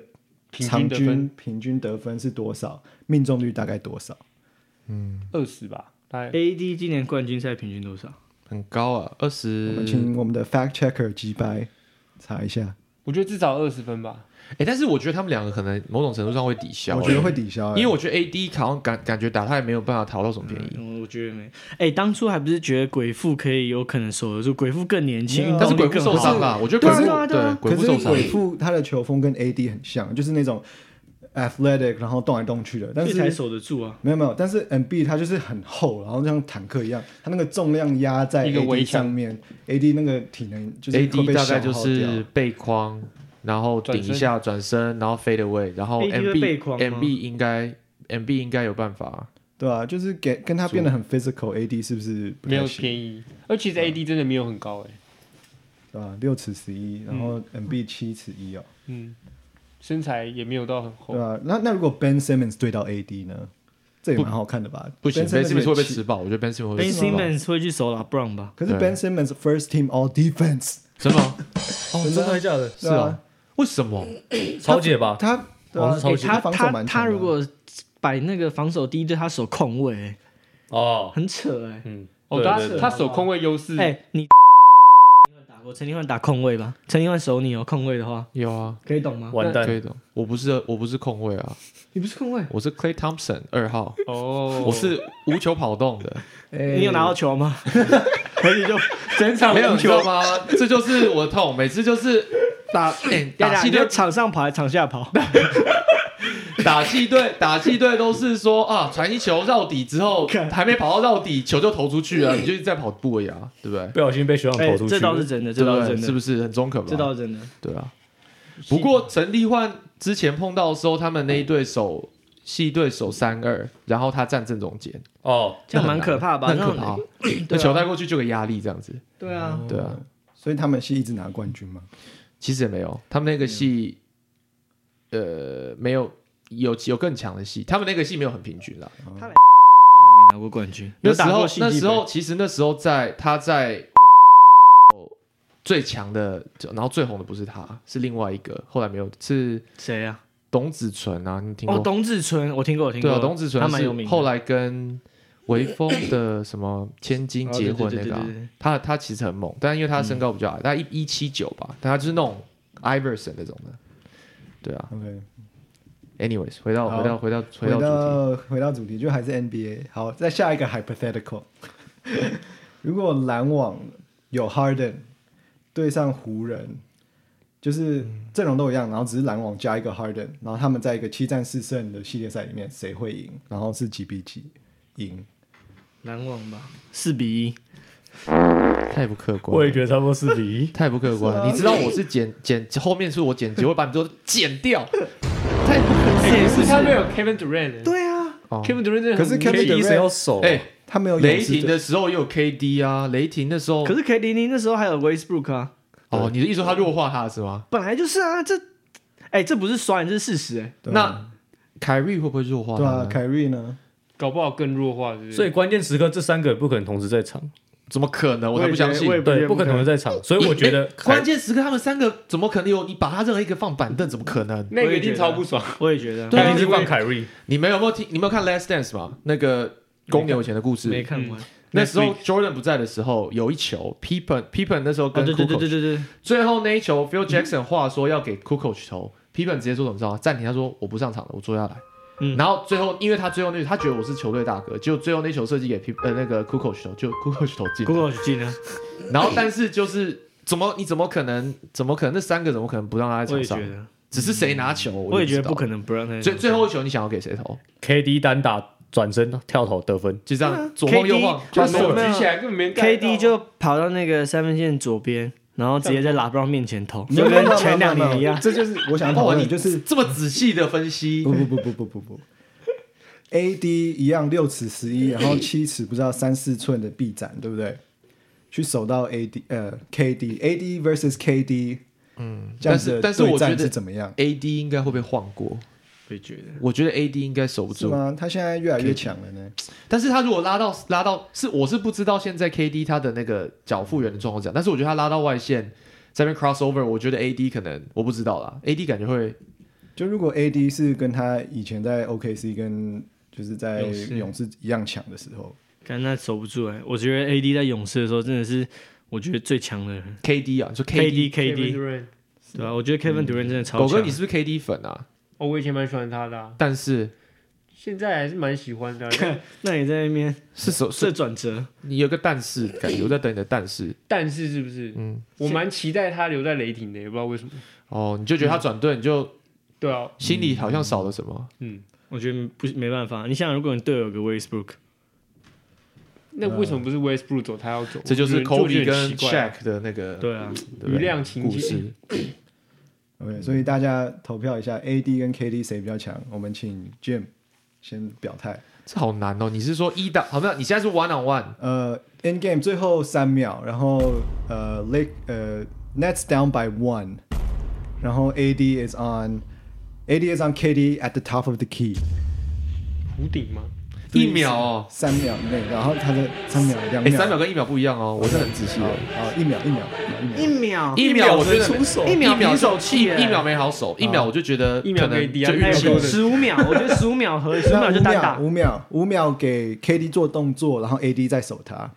Speaker 4: 平均
Speaker 2: 场
Speaker 4: 得
Speaker 2: 均
Speaker 4: 分
Speaker 2: 平均得分是多少？命中率大概多少？
Speaker 4: 二十吧，大概
Speaker 5: AD 今年冠军赛平均多少？
Speaker 1: 很高啊，二十。
Speaker 2: 我们请我们的 fact checker 击败查一下，
Speaker 4: 我觉得至少二十分吧。
Speaker 1: 哎、但是我觉得他们两个可能某种程度上会抵消、
Speaker 2: 我觉得会抵消、
Speaker 1: 欸，
Speaker 2: 欸，
Speaker 1: 因为我觉得 AD 好像感感觉打他也没有办法讨到什么便宜，
Speaker 5: 嗯我觉得没。哎，当初还不是觉得鬼父可以有可能守得住，鬼父更年轻，
Speaker 2: 没有
Speaker 5: 运
Speaker 1: 啊但是
Speaker 5: 动
Speaker 1: 鬼
Speaker 5: 力
Speaker 1: 父
Speaker 5: 更
Speaker 1: 受
Speaker 5: 好
Speaker 1: 伤。了，我觉得鬼
Speaker 5: 对啊
Speaker 1: 父
Speaker 5: 对啊对啊
Speaker 1: 鬼
Speaker 2: 可
Speaker 1: 父
Speaker 2: 是
Speaker 1: 受伤，
Speaker 2: 鬼父他的球风跟 AD 很像，就是那种 athletic，然后动来动去的，但
Speaker 5: 所以才
Speaker 2: 是。
Speaker 5: 守得住啊！
Speaker 2: 没有没有，但是 MB 他就是很厚，然后像坦克一样，他那个重量压在
Speaker 4: 一个围
Speaker 2: AD
Speaker 4: 墙
Speaker 2: 上面，AD 那个体能就是会
Speaker 1: AD
Speaker 2: 被
Speaker 1: 大概
Speaker 2: 消
Speaker 1: 就
Speaker 2: 耗
Speaker 1: 是
Speaker 2: 掉
Speaker 1: 背框，然后顶一下转身，然后 fade away，然后
Speaker 5: AD 会
Speaker 1: MB
Speaker 5: 背框吗
Speaker 1: MB 应该 MB 应该有办法，
Speaker 2: 对啊，就是给跟他变得很 physical，AD 是不是不太
Speaker 4: 没有
Speaker 2: 行
Speaker 4: 便宜，而其实 AD 真的没有很高哎、
Speaker 2: 对吧？六尺十一，然后
Speaker 1: 嗯
Speaker 2: MB 七尺一哦，
Speaker 4: 嗯，身材也没有到很
Speaker 1: 哦
Speaker 4: 厚
Speaker 2: 对。啊，那那如果 Ben Simmons 对到 AD 呢？这也蛮好看的吧？
Speaker 1: 不行，Ben Simmons 会被
Speaker 2: 七
Speaker 1: 吃爆，我觉得 Ben Simmons 会
Speaker 5: Ben
Speaker 1: 被吃爆，
Speaker 5: Simmons 会去守 LeBron 吧？
Speaker 2: 可是
Speaker 1: 对
Speaker 2: Ben Simmons first team all defense，
Speaker 1: 真的吗？
Speaker 3: 哦，真的还假的？
Speaker 1: 是
Speaker 2: 对
Speaker 1: 啊
Speaker 2: 啊，
Speaker 1: 为什么？
Speaker 3: 超姐吧，
Speaker 2: 他对
Speaker 3: 王
Speaker 1: 哦
Speaker 2: 啊
Speaker 3: 是超级
Speaker 2: 欸
Speaker 5: 哎他
Speaker 2: 防守
Speaker 5: 他
Speaker 2: 蛮强的
Speaker 5: 他如果摆那个防守第一队，他守控位、欸
Speaker 3: 哦，
Speaker 5: 很扯哎、
Speaker 3: 嗯，
Speaker 4: 哦，
Speaker 3: 对
Speaker 4: 他
Speaker 3: 对对
Speaker 4: 他守空位优势，
Speaker 5: 欸。哎、你打过陈立焕打控位吧？陈立焕守你哦，控位的话
Speaker 1: 有啊，
Speaker 5: 可以懂吗？
Speaker 3: 完
Speaker 1: 可
Speaker 3: 蛋，
Speaker 1: 以的。我不是我不是控卫啊，
Speaker 5: 你不是控位，
Speaker 1: 我是 Clay Thompson 二号，
Speaker 4: 哦，
Speaker 1: 我是 无球跑动的。
Speaker 2: 哎
Speaker 5: 你有拿到球吗？而且就整场
Speaker 1: 没有，
Speaker 5: 无
Speaker 1: 你知道
Speaker 5: 球，
Speaker 1: 吗？这就是我的痛，每次就是打、哎打
Speaker 5: 打
Speaker 1: 气
Speaker 5: 你就
Speaker 1: 队，
Speaker 5: 场上跑还是场下跑？
Speaker 1: 打气队，打气队都是说啊，传一球绕底之后，
Speaker 5: 看嗯
Speaker 1: 还没跑到绕底，球就投出去了，你就是在跑步而已啊，对不对？
Speaker 3: 不小心被学长
Speaker 5: 哎、
Speaker 3: 投出去，
Speaker 5: 这倒是真的，这
Speaker 1: 对
Speaker 5: 倒
Speaker 1: 不
Speaker 5: 是
Speaker 1: 对？
Speaker 5: 真的，
Speaker 1: 是不是很中肯
Speaker 5: 这
Speaker 1: 吧？
Speaker 5: 倒是真的。
Speaker 1: 对啊。不过陈立焕之前碰到的时候，他们那一队守系队守三二，然后他站正中间，
Speaker 3: 哦，
Speaker 5: 这样蛮可怕吧？
Speaker 1: 那很可怕。
Speaker 5: 这样
Speaker 1: 那
Speaker 5: 对
Speaker 1: 球
Speaker 5: 啊，
Speaker 1: 带过去就有压力，这样子。
Speaker 5: 对啊，
Speaker 1: 对啊，
Speaker 2: 所以他们是一直拿冠军吗？
Speaker 1: 其实也没有，他们那个戏，
Speaker 5: 嗯
Speaker 1: 呃，没有有有更强的戏，他们那个戏没有很平均啊啦。
Speaker 5: 他来没拿过冠军，
Speaker 1: 那
Speaker 5: 有
Speaker 1: 时
Speaker 5: 打
Speaker 1: 候
Speaker 5: 过戏
Speaker 1: 那
Speaker 5: 剧
Speaker 1: 时
Speaker 5: 本
Speaker 1: 候其实那时候在他在最强的，然后最红的不是他，是另外一个，后来没有是
Speaker 5: 谁啊？
Speaker 1: 董子淳啊，你听过？
Speaker 5: 哦，董子淳，我听过，我听
Speaker 1: 对
Speaker 5: 过，
Speaker 1: 啊，董子
Speaker 5: 他
Speaker 1: 淳
Speaker 5: 蛮有
Speaker 1: 是
Speaker 5: 名的。
Speaker 1: 后来跟微风的什 么千金结婚那个啊
Speaker 5: 哦对对对对嗯对对，
Speaker 1: 他他其实很猛，但因为他身高比较矮，他一一七九吧，但他就是那种 Iverson 那种的，对啊。
Speaker 2: OK，
Speaker 1: Anyways，回到
Speaker 2: 好
Speaker 1: 回到回到
Speaker 2: 回
Speaker 1: 回到主题，
Speaker 2: 到回到主题，就还是 NBA。好，再下一个 hypothetical，如果篮网有 Harden 对上湖人，就是阵容都一样，然后只是篮网加一个 Harden，然后他们在一个七战四胜的系列赛里面，谁会赢？然后是几比几赢？
Speaker 5: 篮网吧，四比一，
Speaker 1: 太不客观了，。
Speaker 3: 我也觉得差不多 四比一
Speaker 1: 太不客观
Speaker 5: 啊
Speaker 1: 了。你知道我是剪剪后面是我剪辑，我会把你都剪掉。太不客观
Speaker 4: 可哎是他没有 Kevin Durant，对
Speaker 1: 哦
Speaker 4: Kevin Durant 真的很
Speaker 2: 可是 Kevin
Speaker 3: 一
Speaker 2: Durant
Speaker 3: 谁要
Speaker 5: 哦
Speaker 3: 守啊？
Speaker 1: 哎，
Speaker 2: 他没有勇
Speaker 1: 雷
Speaker 2: 士队
Speaker 1: 霆的时候也有 KD 啊，雷霆的时候
Speaker 5: 可是 KD 那时候还有 Westbrook 啊，
Speaker 1: 哦，你的意思说他弱化他是吗？
Speaker 5: 本来就是啊，这，哎，这不是酸，这是事实，哎，
Speaker 2: 对啊
Speaker 1: 那凯瑞会不会弱化
Speaker 2: 对
Speaker 1: 他
Speaker 2: 啊
Speaker 1: 呢？，
Speaker 2: 凯瑞呢？
Speaker 4: 搞不好更弱化，是不是？
Speaker 3: 所以关键时刻这三个也不可能同时在场，
Speaker 1: 怎么可能？我才
Speaker 5: 也
Speaker 1: 不相
Speaker 5: 觉得
Speaker 1: 信
Speaker 5: 我。也觉
Speaker 3: 对，
Speaker 5: 得
Speaker 3: 不可能同时在场，所以我觉 得
Speaker 1: 欸 关键时刻他们三个怎么可能有？你把他任何一个放板凳，怎么可能？
Speaker 4: 那个一定超不爽。
Speaker 5: 我也觉得，
Speaker 1: 对啊
Speaker 3: 肯定是放凯瑞。
Speaker 1: 你们有没有听？你们有看《Last Dance》吗？那个公牛以前的故
Speaker 5: 没
Speaker 1: 事。
Speaker 5: 看完。
Speaker 1: 那时候 Jordan 不在的时候，有一球 Pippen Pippen 那时候
Speaker 5: 哦，
Speaker 1: 跟
Speaker 5: 对
Speaker 1: k u k o
Speaker 5: 对对对
Speaker 1: c
Speaker 5: 对对，
Speaker 1: 最后那一球 Phil Jackson 话说要给 k u k o c 投，Pippen 直接说怎么着啊？暂停，他说我不上场了，我坐下来。
Speaker 5: 嗯
Speaker 1: 然后最后，因为他最后那他觉得我是球队大哥，结果最后那球设计给 P 呃那个 k u k o c 投，就 k u k o c 投进了。
Speaker 5: ，Google 去进啊，
Speaker 1: 然后但是就是怎么你怎么可能怎么可能那三个怎么可能不让他在
Speaker 5: 我
Speaker 1: 场
Speaker 5: 也觉
Speaker 1: 上？
Speaker 5: 得，
Speaker 1: 只是谁拿球，
Speaker 5: 我也觉得
Speaker 1: 就
Speaker 5: 不
Speaker 1: 知道
Speaker 5: 可能不让他。
Speaker 1: 最最后一球你想要给谁投？
Speaker 3: KD 单打转身跳投得分，
Speaker 1: 就这样左晃右晃，
Speaker 5: KD
Speaker 1: 把
Speaker 5: 他
Speaker 1: 手
Speaker 5: 没有没有
Speaker 4: 举起来根本没人盖到
Speaker 5: KD 啊就跑到那个三分线左边，然后直接在拉布朗面前投，
Speaker 2: 没有
Speaker 5: 就
Speaker 2: 没有
Speaker 5: 跟
Speaker 2: 没有
Speaker 5: 前两
Speaker 2: 没有
Speaker 5: 年一样。
Speaker 2: 这就是我想讨
Speaker 1: 哇，
Speaker 2: 论
Speaker 1: 你
Speaker 2: 的，就是嗯
Speaker 1: 这么仔细的分析
Speaker 2: 不，不不不不不不不，AD 一样六尺十一，然后七尺不知道三四寸的臂展，对不对？去守到 AD 呃 KD，AD versus KD，嗯，这样子的
Speaker 1: 但是但是我觉得
Speaker 2: 对战是怎么样？
Speaker 1: ，AD 应该会被晃过。
Speaker 5: 我也觉得，
Speaker 1: 我觉得 AD 应该守不
Speaker 2: 是
Speaker 1: 住，
Speaker 2: 吗？他现在越来越强了呢。
Speaker 1: 但是他如果拉到拉到是我是不知道现在 KD 他的那个脚复原的状况怎样，但是我觉得他拉到外线这边 crossover，我觉得 AD 可能我不知道啦，AD 感觉会
Speaker 2: 就如果 AD 是跟他以前在 OKC 跟就是在
Speaker 5: 勇士
Speaker 2: 勇士一样强的时候，
Speaker 5: 但那守不住哎、我觉得 AD 在勇士的时候真的是，我觉得最强的人。
Speaker 1: KD 啊，你说 KD，
Speaker 5: KD
Speaker 4: Kevin
Speaker 5: KD
Speaker 4: Durant，
Speaker 5: 对吧、我觉得 Kevin Durant 真的超强。
Speaker 1: 狗哥你是不是 KD 粉啊？
Speaker 4: 哦，我以前蛮喜欢他的啊，
Speaker 1: 但是
Speaker 4: 现在还是蛮喜 欢的啊。
Speaker 5: 那你在那边
Speaker 1: 是手
Speaker 5: 这
Speaker 1: 是
Speaker 5: 转折，
Speaker 1: 你有个但是感觉，我在等你的但是。
Speaker 4: 但是是不是？
Speaker 1: 嗯
Speaker 4: 我蛮期待他留在雷霆的，也不知道为什么。
Speaker 1: 哦，你就觉得他转队，你就
Speaker 4: 对啊，
Speaker 1: 心里好像少了什么。
Speaker 4: 嗯，
Speaker 5: 我觉得不没办法。你想，如果你队友有个 Westbrook，
Speaker 4: 那为什么不是 Westbrook 走，他要走？
Speaker 1: 这就是
Speaker 4: 我觉
Speaker 1: Kobe
Speaker 4: 得很
Speaker 1: 跟
Speaker 4: 奇怪啊
Speaker 1: Shaq 的那个
Speaker 5: 对啊，
Speaker 1: 对不对
Speaker 4: 余量情节
Speaker 1: 故事。嗯
Speaker 2: OK，所以大家投票一下 AD 跟 KD 谁比较强？我们请 Jim 先表态。
Speaker 1: 这好难哦！你是说一到好没有？你现在是 one on one，
Speaker 2: 呃，end game 最后三秒，然后呃，Lake 呃，Nets down by one，然后 AD is on，AD is on KD at the top of the key，
Speaker 4: 弧哎顶吗？
Speaker 1: 一秒哦，
Speaker 2: 三秒以内，然后他的三秒两
Speaker 1: 哎，
Speaker 2: 秒，
Speaker 1: 三秒跟一秒不一样哦，我是很仔细
Speaker 2: 好
Speaker 1: 的。，
Speaker 2: 好，一秒一秒一啊秒一
Speaker 1: 一
Speaker 2: 秒，
Speaker 5: 一秒
Speaker 1: 秒我觉得
Speaker 5: 出手，
Speaker 1: 一秒
Speaker 5: 平手
Speaker 1: 一
Speaker 5: 气耶，
Speaker 1: 一秒没好
Speaker 2: 啊
Speaker 1: 手，一秒我就觉得
Speaker 4: 一秒
Speaker 1: 可能
Speaker 4: 可以抵押
Speaker 1: 就运气
Speaker 2: 那个
Speaker 5: 哎十五秒，我觉得十五秒和十五秒
Speaker 2: 那
Speaker 5: 就
Speaker 2: 五
Speaker 5: 单打
Speaker 2: 秒，五秒五秒给 KD 做动作，然后 AD 再守他，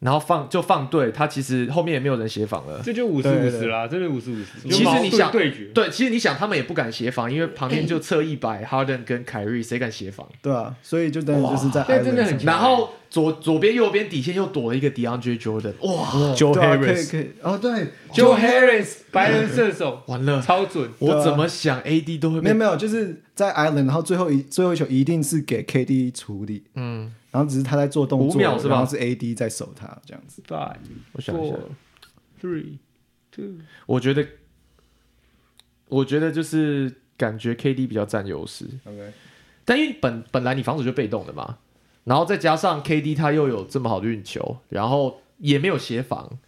Speaker 1: 然后放就放对，他其实后面也没有人协防了。
Speaker 4: 这就五十五十啦，真的五十五十。
Speaker 1: 其实你想
Speaker 4: 对决，
Speaker 1: 对，其实你想，他们也不敢协防，因为旁边就侧一百 Harden 跟凯瑞，谁敢协防？
Speaker 2: 对啊，所以就真的就是在
Speaker 4: 哇
Speaker 2: island
Speaker 4: 真的很
Speaker 2: 上
Speaker 1: 然后左左边右边底线又躲了一个 DeAndre Jordan，哇，
Speaker 3: Joe
Speaker 2: 对啊，可以
Speaker 3: Harris
Speaker 2: 可以，哦对
Speaker 4: Joe Harris 白人射手，
Speaker 1: 完了，
Speaker 4: 超准。
Speaker 2: 对
Speaker 1: 我
Speaker 2: 啊
Speaker 1: 怎么想 AD 都会
Speaker 2: 没有
Speaker 1: 被
Speaker 2: 没有，就是在 Island，然后最后一最后一球一定是给 KD 处理，嗯，然后只是他在做动
Speaker 1: 五
Speaker 2: 作，
Speaker 1: 秒是吧
Speaker 2: 然后是 AD 在守他这样子。
Speaker 4: Five,
Speaker 1: 我想一下
Speaker 4: four, three, two。
Speaker 1: 我觉得，我觉得就是感觉 KD 比较占优势，
Speaker 2: OK，
Speaker 1: 但因为本本来你防守就被动的嘛，然后再加上 KD 他又有这么好的运球，然后也没有协防，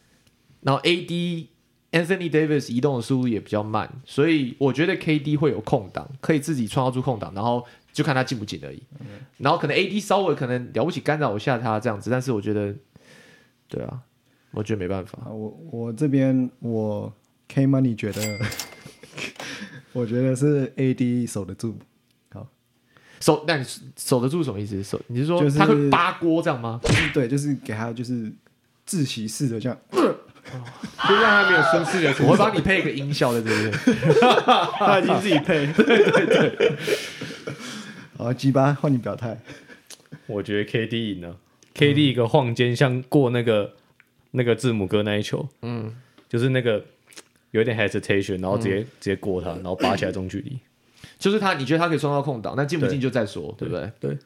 Speaker 1: 然后 AD Anthony Davis 移动的速度也比较慢，所以我觉得 KD 会有空档，可以自己创造出空档，然后就看他进不进而已。然后可能 AD 稍微可能了不起干扰一下他这样子，但是我觉得，对啊，我觉得没办法。
Speaker 2: 好，我我这边我 K Money 觉得 我觉得是 AD 守得住，
Speaker 1: 守，那你守得住什么意思？守，你是说
Speaker 2: 就是
Speaker 1: 他会扒锅这样吗？
Speaker 2: 就是对，就是给他就是窒息式的这样，
Speaker 4: 就让他没有绅士的
Speaker 1: 我会帮你配一个音效在这边。
Speaker 5: 他已经自己配。
Speaker 2: 啊，鸡巴换你表态，
Speaker 3: 我觉得 KD 赢了，KD 一个晃肩像过那个那个字母哥那一球，嗯，嗯就是那个有点 hesitation，然后直接、直接过他，然后拔起来中距离。
Speaker 1: 就是他，你觉得他可以创造空档，那进不进就再说，对
Speaker 3: 对
Speaker 1: 不对？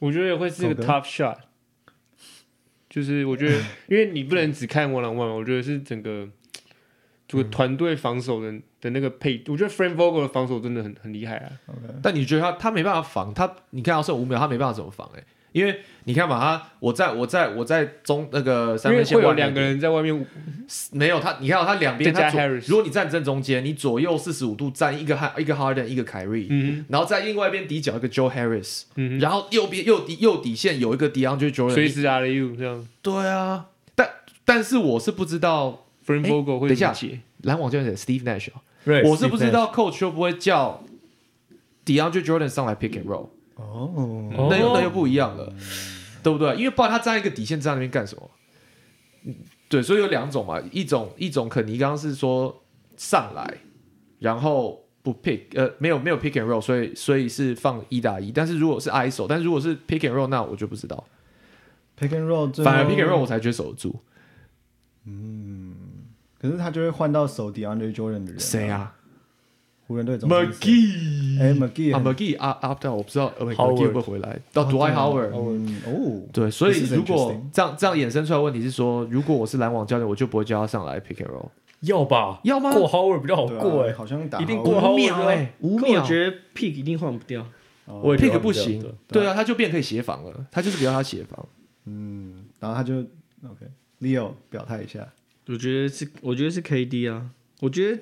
Speaker 4: 我觉得也会是个
Speaker 2: 懂得
Speaker 4: top shot，就是我觉 得，因为你不能只看 one on one，我觉得是整个这个团队防守的的那个配，我觉得 Frank Vogel 的防守真的很很厉害啊。
Speaker 1: 但你觉得他他没办法防他？你看他剩五秒，他没办法怎么防、欸？因为你看嘛，他我在我在我在中那个
Speaker 4: 因
Speaker 1: 三
Speaker 4: 为
Speaker 1: 分线
Speaker 4: 会有
Speaker 1: 外面
Speaker 4: 两个人在外面，
Speaker 1: 没有他，你看到哦他两边
Speaker 4: 再加
Speaker 1: 他左
Speaker 4: Harris
Speaker 1: 如果你站正中间，你左右四十五度站一个哈一个 Harden 一个凯瑞、
Speaker 4: 嗯
Speaker 1: 然后在另外一边底角一个 Joe Harris，、
Speaker 4: 嗯
Speaker 1: 然后右边右底右底线有一个 DeAndre
Speaker 4: 哼，随
Speaker 1: Jordan，
Speaker 4: 时 R U 这样
Speaker 1: 对啊，但但是我是不知道
Speaker 4: ，Frank
Speaker 1: 哎
Speaker 4: Vogel 会
Speaker 1: 等一下
Speaker 4: 理解
Speaker 1: 篮网教练 Steve Nash，、哦、
Speaker 3: 对
Speaker 1: 我是不知道 Coach 会不会叫 DeAndre Jordan 上来 pick and roll，、
Speaker 2: 哦，
Speaker 3: 哦
Speaker 1: 那又那又不一样了，对不对？因为不然他站一个底线站在那边干什么？对，所以有两种嘛，一种一种肯尼刚刚是说上来，然后不 pick，呃，没有没有 pick and roll，所以所以是放一打一。但是如果是 ISO，但是如果是 pick and roll，那我就不知道。
Speaker 2: pick and roll，最后
Speaker 1: 反而 pick and roll 我才觉得守得住。
Speaker 2: 可是他就会换到手 DeAndre Jordan 的人，
Speaker 1: 谁？啊
Speaker 2: 湖人队总经理谁
Speaker 1: ？McGee
Speaker 2: 哎 McGee
Speaker 1: 啊
Speaker 2: 很
Speaker 1: ，McGee 啊啊，对啊，我不知道 McGee
Speaker 3: Howard
Speaker 1: 会不会回来。
Speaker 2: 哦
Speaker 1: 到 Dwight Howard。
Speaker 2: 嗯哦，
Speaker 1: 对，所以
Speaker 2: This is
Speaker 1: 如果
Speaker 2: interesting
Speaker 1: 这样这样衍生出来的问题是说，如果我是篮网教练，我就不会叫他上来 pick and roll，
Speaker 3: 要吧，
Speaker 1: 要吗
Speaker 3: 过 Howard 比较好
Speaker 2: 对啊
Speaker 3: 过哎、
Speaker 2: 好像打
Speaker 3: 一定
Speaker 2: 好
Speaker 3: 过
Speaker 2: 了
Speaker 3: Howard
Speaker 1: 秒
Speaker 3: 啊
Speaker 2: 欸
Speaker 1: 哎，五
Speaker 5: 可我
Speaker 1: 秒，
Speaker 5: 觉得 pick 一定换不掉，
Speaker 3: 我也觉得
Speaker 1: pick
Speaker 3: 他
Speaker 1: 不
Speaker 3: 们这样
Speaker 1: 行
Speaker 3: 对，
Speaker 1: 对啊，他就变可以协防了，他就是不要他协防。
Speaker 2: 嗯，然后他就 OK。Leo 表态一下，
Speaker 5: 我觉得是，我觉得是 KD 啊，我觉得。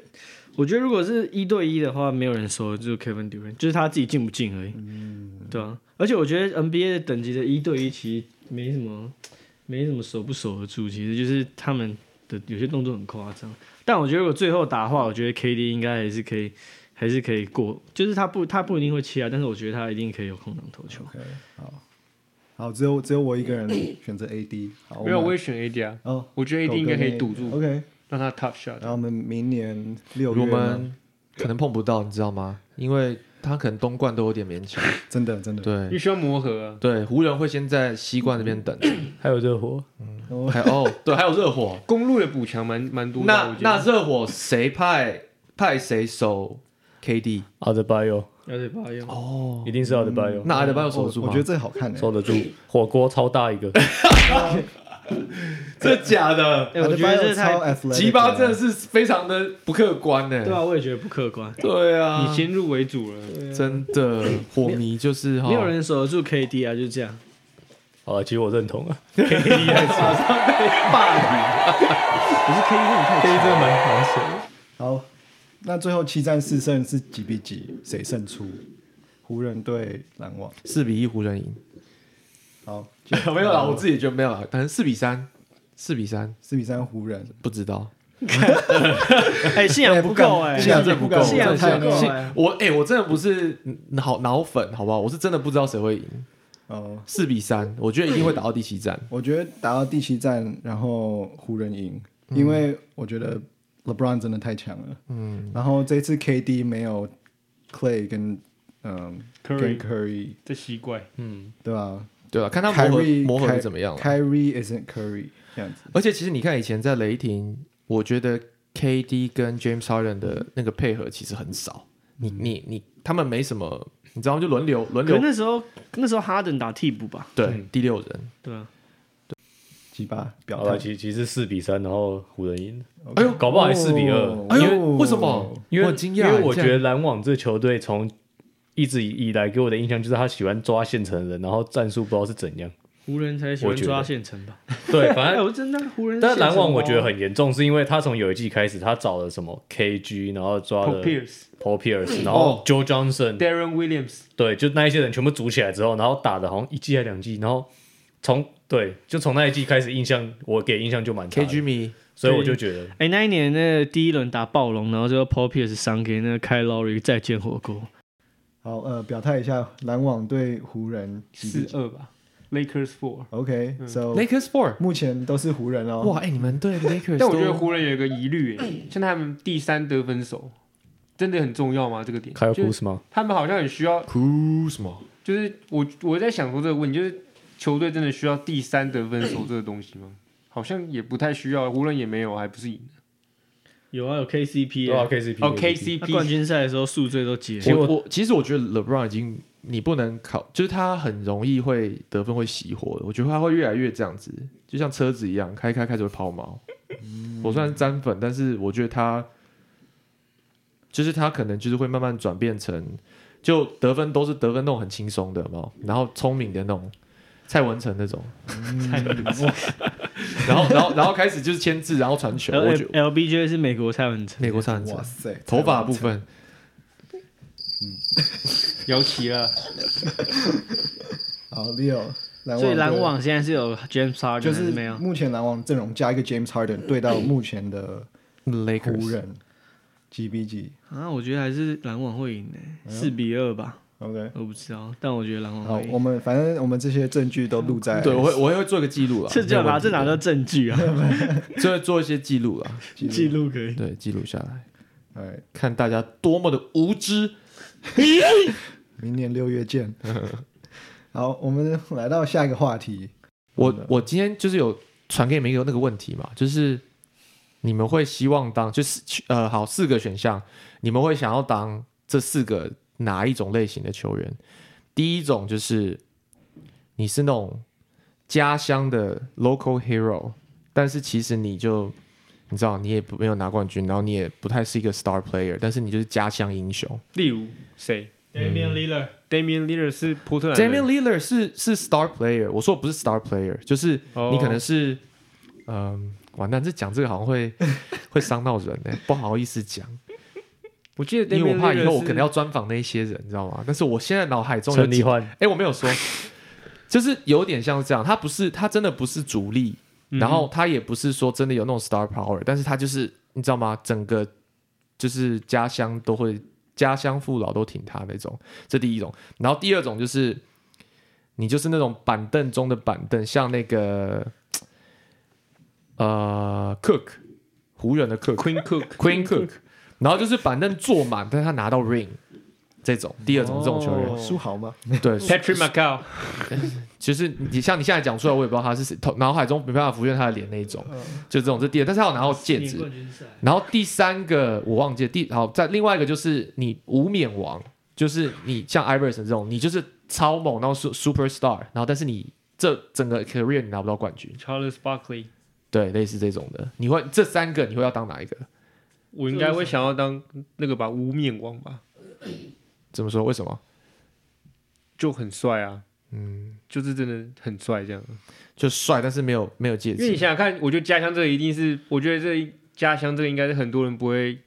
Speaker 5: 我觉得如果是一对一的话，没有人收，就是 Kevin Durant，就是他自己进不进而已，
Speaker 1: 嗯
Speaker 5: 对啊。而且我觉得 NBA 的等级的一对一其实没什么，没什么守不守得住，其实就是他们的有些动作很夸张。但我觉得如果最后打的话，我觉得 KD 应该还是可以，还是可以过，就是他不他不一定会切啊，但是我觉得他一定可以有空档投球。
Speaker 2: 好，只有只有我一个人选择 AD，好，
Speaker 4: 没有，
Speaker 2: 我
Speaker 4: 我
Speaker 2: 们
Speaker 4: 也选 AD 啊，
Speaker 2: 哦，
Speaker 4: 我觉得 AD 应该可以堵
Speaker 2: 狗
Speaker 4: 住，
Speaker 2: 哥那 OK，
Speaker 4: 让他 top shot。
Speaker 2: 然后我们明年六月
Speaker 1: 我
Speaker 2: 呢，
Speaker 1: 们可能碰不到，你知道吗？因为他可能东冠都有点勉强。
Speaker 2: 真的真的，
Speaker 4: 你
Speaker 1: 对
Speaker 4: 需要磨合啊，
Speaker 1: 对，湖人会先在西冠那边等，
Speaker 3: 还有热火，
Speaker 1: 还有哦，对，还有热火。
Speaker 4: 公路的补强蛮蛮多的。我
Speaker 1: 那
Speaker 4: 觉得
Speaker 1: 那热火谁派派谁守 KD？
Speaker 3: 阿德巴约
Speaker 5: 要对吧？用
Speaker 1: 哦，
Speaker 3: 一定是阿德巴约，
Speaker 1: 那阿德巴约守
Speaker 2: 我
Speaker 1: 得住
Speaker 2: 我
Speaker 1: 吗
Speaker 2: 觉？得这好看
Speaker 3: 守
Speaker 2: 欸，
Speaker 3: 得住，火锅超 大一个，
Speaker 1: 这假的，
Speaker 5: 哎、我觉得这
Speaker 2: 超
Speaker 5: 太
Speaker 2: athletic，
Speaker 1: 吉巴真的
Speaker 2: 的
Speaker 1: 是非常的不客观呢。
Speaker 5: 对啊，我也觉得不客观。
Speaker 1: 对啊，
Speaker 4: 你先入为主了，
Speaker 1: 真的火迷就是
Speaker 3: 哦
Speaker 1: 哈，
Speaker 5: 没有人守得住 KD 啊，就这样。
Speaker 3: 啊，其实我认同啊，
Speaker 1: 霸凌。
Speaker 5: 可是 KD 真的太
Speaker 3: 这一真的蛮蛮水的。
Speaker 2: 好。那最后七战四胜是几比几？谁胜出？湖人对篮网。
Speaker 1: 四比一湖人赢，嗯
Speaker 2: 好，
Speaker 1: 没有啦，我自己也觉得没有啦，可能四比三，四比三，
Speaker 2: 四比三湖人。
Speaker 1: 不知道，
Speaker 5: 哎、信仰不够哎、
Speaker 2: 信仰真
Speaker 1: 这
Speaker 2: 的不够，
Speaker 1: 够，
Speaker 5: 信仰
Speaker 1: 真的
Speaker 5: 不够
Speaker 1: 信
Speaker 5: 哎
Speaker 1: 我哎、我真的不是嗯好脑粉，好不好？我是真的不知道谁会赢，
Speaker 2: 哦，
Speaker 1: 四比三，我觉得一定会打到第七战。
Speaker 2: 我觉得打到第七战，然后湖人赢，因为我觉得 LeBron 真的太强了。嗯，然后这次 KD 没有 Clay 跟嗯
Speaker 4: Curry
Speaker 2: 跟 Curry，
Speaker 4: 这奇怪。
Speaker 2: 对吧？
Speaker 1: 对啊，看他
Speaker 2: 凯
Speaker 1: 磨合
Speaker 2: 瑞
Speaker 1: 磨合得怎么样了。啊
Speaker 2: Kyrie isn't Curry 这样子。
Speaker 1: 而且其实你看以前在雷霆，我觉得 KD 跟 James Harden 的那个配合其实很少，你你你他们没什么，你知道吗？就轮流轮
Speaker 5: 可
Speaker 1: 流
Speaker 5: 是那时候那时候哈登打替补吧？
Speaker 1: 对第六人。
Speaker 5: 对啊，
Speaker 2: 鸡巴
Speaker 3: 好
Speaker 2: 表
Speaker 3: 了，
Speaker 2: 态，
Speaker 3: 其其实四比三，然后湖人赢，
Speaker 1: 哎呦
Speaker 3: 搞不好还四比
Speaker 2: 哦
Speaker 3: 二。
Speaker 1: 哎
Speaker 2: 因为
Speaker 1: 呦，为什么？
Speaker 3: 因为
Speaker 1: 我很惊讶，
Speaker 3: 因为我
Speaker 1: 这
Speaker 3: 觉
Speaker 1: 样
Speaker 3: 得篮网这球队从一直以来给我的印象就是他喜欢抓现成人，然后战术不知道是怎样。
Speaker 5: 湖人才喜欢抓现成吧？
Speaker 3: 对，反
Speaker 5: 哎，
Speaker 3: 正
Speaker 5: 我真的湖人，
Speaker 3: 但篮网我觉得，很严重，是因为他从有一季开始，他找了什么 KG，然后抓
Speaker 4: Paul
Speaker 3: 了
Speaker 4: Pierce、
Speaker 3: Paul
Speaker 1: 哦
Speaker 3: Pierce，然后 Joe Johnson，
Speaker 4: Darren Williams，
Speaker 3: 对，就那一些人全部组起来之后，然后打的好像一季还两季，然后从对，就从那一季开始印象，我给印象就蛮差的
Speaker 1: KG 迷
Speaker 3: 所以我就觉得
Speaker 5: 哎、那一年那个第一轮打暴龙，然后最后 Paul Pierce 伤给那个 k y l o r y 再见火锅，
Speaker 2: 好，呃，表态一下，篮网对湖人几比
Speaker 4: 四
Speaker 2: 几
Speaker 4: 二吧，Lakers four。嗯
Speaker 2: OK，so、
Speaker 1: Lakers Four，
Speaker 2: 目前都是湖人哦。
Speaker 1: 哇，哎、你们对 Lakers，
Speaker 4: 但我
Speaker 1: 都
Speaker 4: 觉得湖人有一个疑 虑，哎，像他们第三得分手，真的很重要吗？这个点，
Speaker 3: 开
Speaker 4: 就
Speaker 3: u
Speaker 4: 是
Speaker 3: z 吗？
Speaker 4: 他们好像很需要，
Speaker 1: Kuzma，
Speaker 4: 就是我我在想说这个问题，就是球队真的需要第三得分 手这个东西吗？好像也不太需要，湖人也没有，还不是赢
Speaker 5: 有啊，有 KCP
Speaker 3: 对
Speaker 5: 欸
Speaker 3: 啊，KCP
Speaker 4: 哦
Speaker 5: 他冠
Speaker 4: ，KCP
Speaker 5: 军赛的时候宿醉都结了，
Speaker 3: 其实
Speaker 1: 我
Speaker 3: 我
Speaker 1: 我其实我觉得 LeBron 已经你不能考，就是他很容易会得分会熄火的。我觉得他会越来越这样子，就像车子一样，开一开开始会抛锚。 我虽然是沾粉，但是我觉得他就是他可能就是会慢慢转变成，就得分都是得分那种很轻松的嘛，然后聪明的那种。蔡文成那种， 然后，然后，然后开始就是签字，然后哎传球。
Speaker 5: L
Speaker 1: 我觉
Speaker 5: L B J 是美国蔡文成，
Speaker 1: 美国三成
Speaker 2: 哇塞，
Speaker 1: 头发部分，
Speaker 4: 摇旗了，
Speaker 2: 好 Leo，篮网
Speaker 5: 所以
Speaker 2: 队
Speaker 5: 篮网现在是有 James Harden
Speaker 2: 就
Speaker 5: 还
Speaker 2: 是
Speaker 5: 没有？
Speaker 2: 目前篮网阵容加一个 James Harden 对到目前的
Speaker 1: Lakers
Speaker 2: 湖人几比几
Speaker 5: 啊，我觉得还是篮网会赢诶，
Speaker 3: 哎
Speaker 5: 四比二吧，
Speaker 2: ？OK，
Speaker 5: 我不知道，但我觉得篮网
Speaker 2: 好
Speaker 5: 会，
Speaker 2: 我
Speaker 5: 赢。
Speaker 2: 们反正我们这些证据都录在
Speaker 1: 嗯哎对，我会，我也会做一个记录啊。
Speaker 5: 哎这叫拿这哪
Speaker 1: 没有
Speaker 5: 叫证据啊？
Speaker 1: 问题？就会做一些记录啊，
Speaker 5: 记录可以。
Speaker 1: 对，记录下来，
Speaker 2: 哎，
Speaker 1: 看大家多么的无知。
Speaker 2: 明年六月见。 好，我们来到下一个话题。
Speaker 1: 我
Speaker 2: 真的
Speaker 1: 我今天就是有传给你们一个那个问题嘛，就是你们会希望当就是呃好四个选项，你们会想要当这四个哪一种类型的球员？第一种就是你是那种家乡的 local hero，但是其实你就你知道你也不没有拿冠军，然后你也不太是一个 star player，但是你就是家乡英雄。
Speaker 4: 例如谁
Speaker 5: Damian l i l l a
Speaker 4: ？Damian l i l l a r 是波特兰人
Speaker 1: Damian l i l l a r 是是 star player，我说我不是 star player，就是
Speaker 4: 哦
Speaker 1: 你可能是，嗯、完蛋，这讲这个好像会 会伤到人呢、不好意思讲，
Speaker 4: 我记得
Speaker 1: 因
Speaker 4: Damian
Speaker 1: 为我怕以
Speaker 4: Lillard
Speaker 1: 后我
Speaker 4: 是
Speaker 1: 可能要专访那一些人，你知道吗？但是我现在脑海中有
Speaker 3: 陈
Speaker 1: 几
Speaker 3: 立
Speaker 1: 个，
Speaker 3: 焕
Speaker 1: 哎、我没有说，就是有点像这样，他不是他真的不是主力，然后他也不是说真的有那种 star power，但是他就是你知道吗？整个就是家乡都会家乡父老都挺他那种，这第一种。然后第二种就是你就是那种板凳中的板凳，像那个呃 Cook 湖人的 Cook
Speaker 4: Queen Cook
Speaker 1: Queen Cook，然后就是板凳坐满，但是他拿到 ring 这种第二种这种球员，
Speaker 4: 哦
Speaker 2: 苏豪吗？
Speaker 1: 对，
Speaker 4: Patrick Macau，
Speaker 1: 其实你像你现在讲出来，我也不知道他是谁，头脑海中没办法浮现他的脸那一种，就这种这第二，但是他有拿到哦戒指。
Speaker 5: 军赛
Speaker 1: 然后第三个我忘记了，第好在另外一个就是你无冕王，就是你像 Iverson 这种，你就是超猛，然后 su- super star，然后但是你这整个 career 你拿不到冠军，
Speaker 4: Charles Barkley，
Speaker 1: 对，类似这种的，你会这三个你会要当哪一个？
Speaker 4: 我应该会想要当那个吧，无冕王吧，
Speaker 1: 怎么说？为什么？
Speaker 4: 就很帅啊，嗯，就是真的很帅这样。
Speaker 1: 就帅，但是没有没有戒
Speaker 4: 因为你
Speaker 1: 指。
Speaker 4: 想想看，我觉得家乡这个一定是，我觉得这一家乡这个应该是很多人不会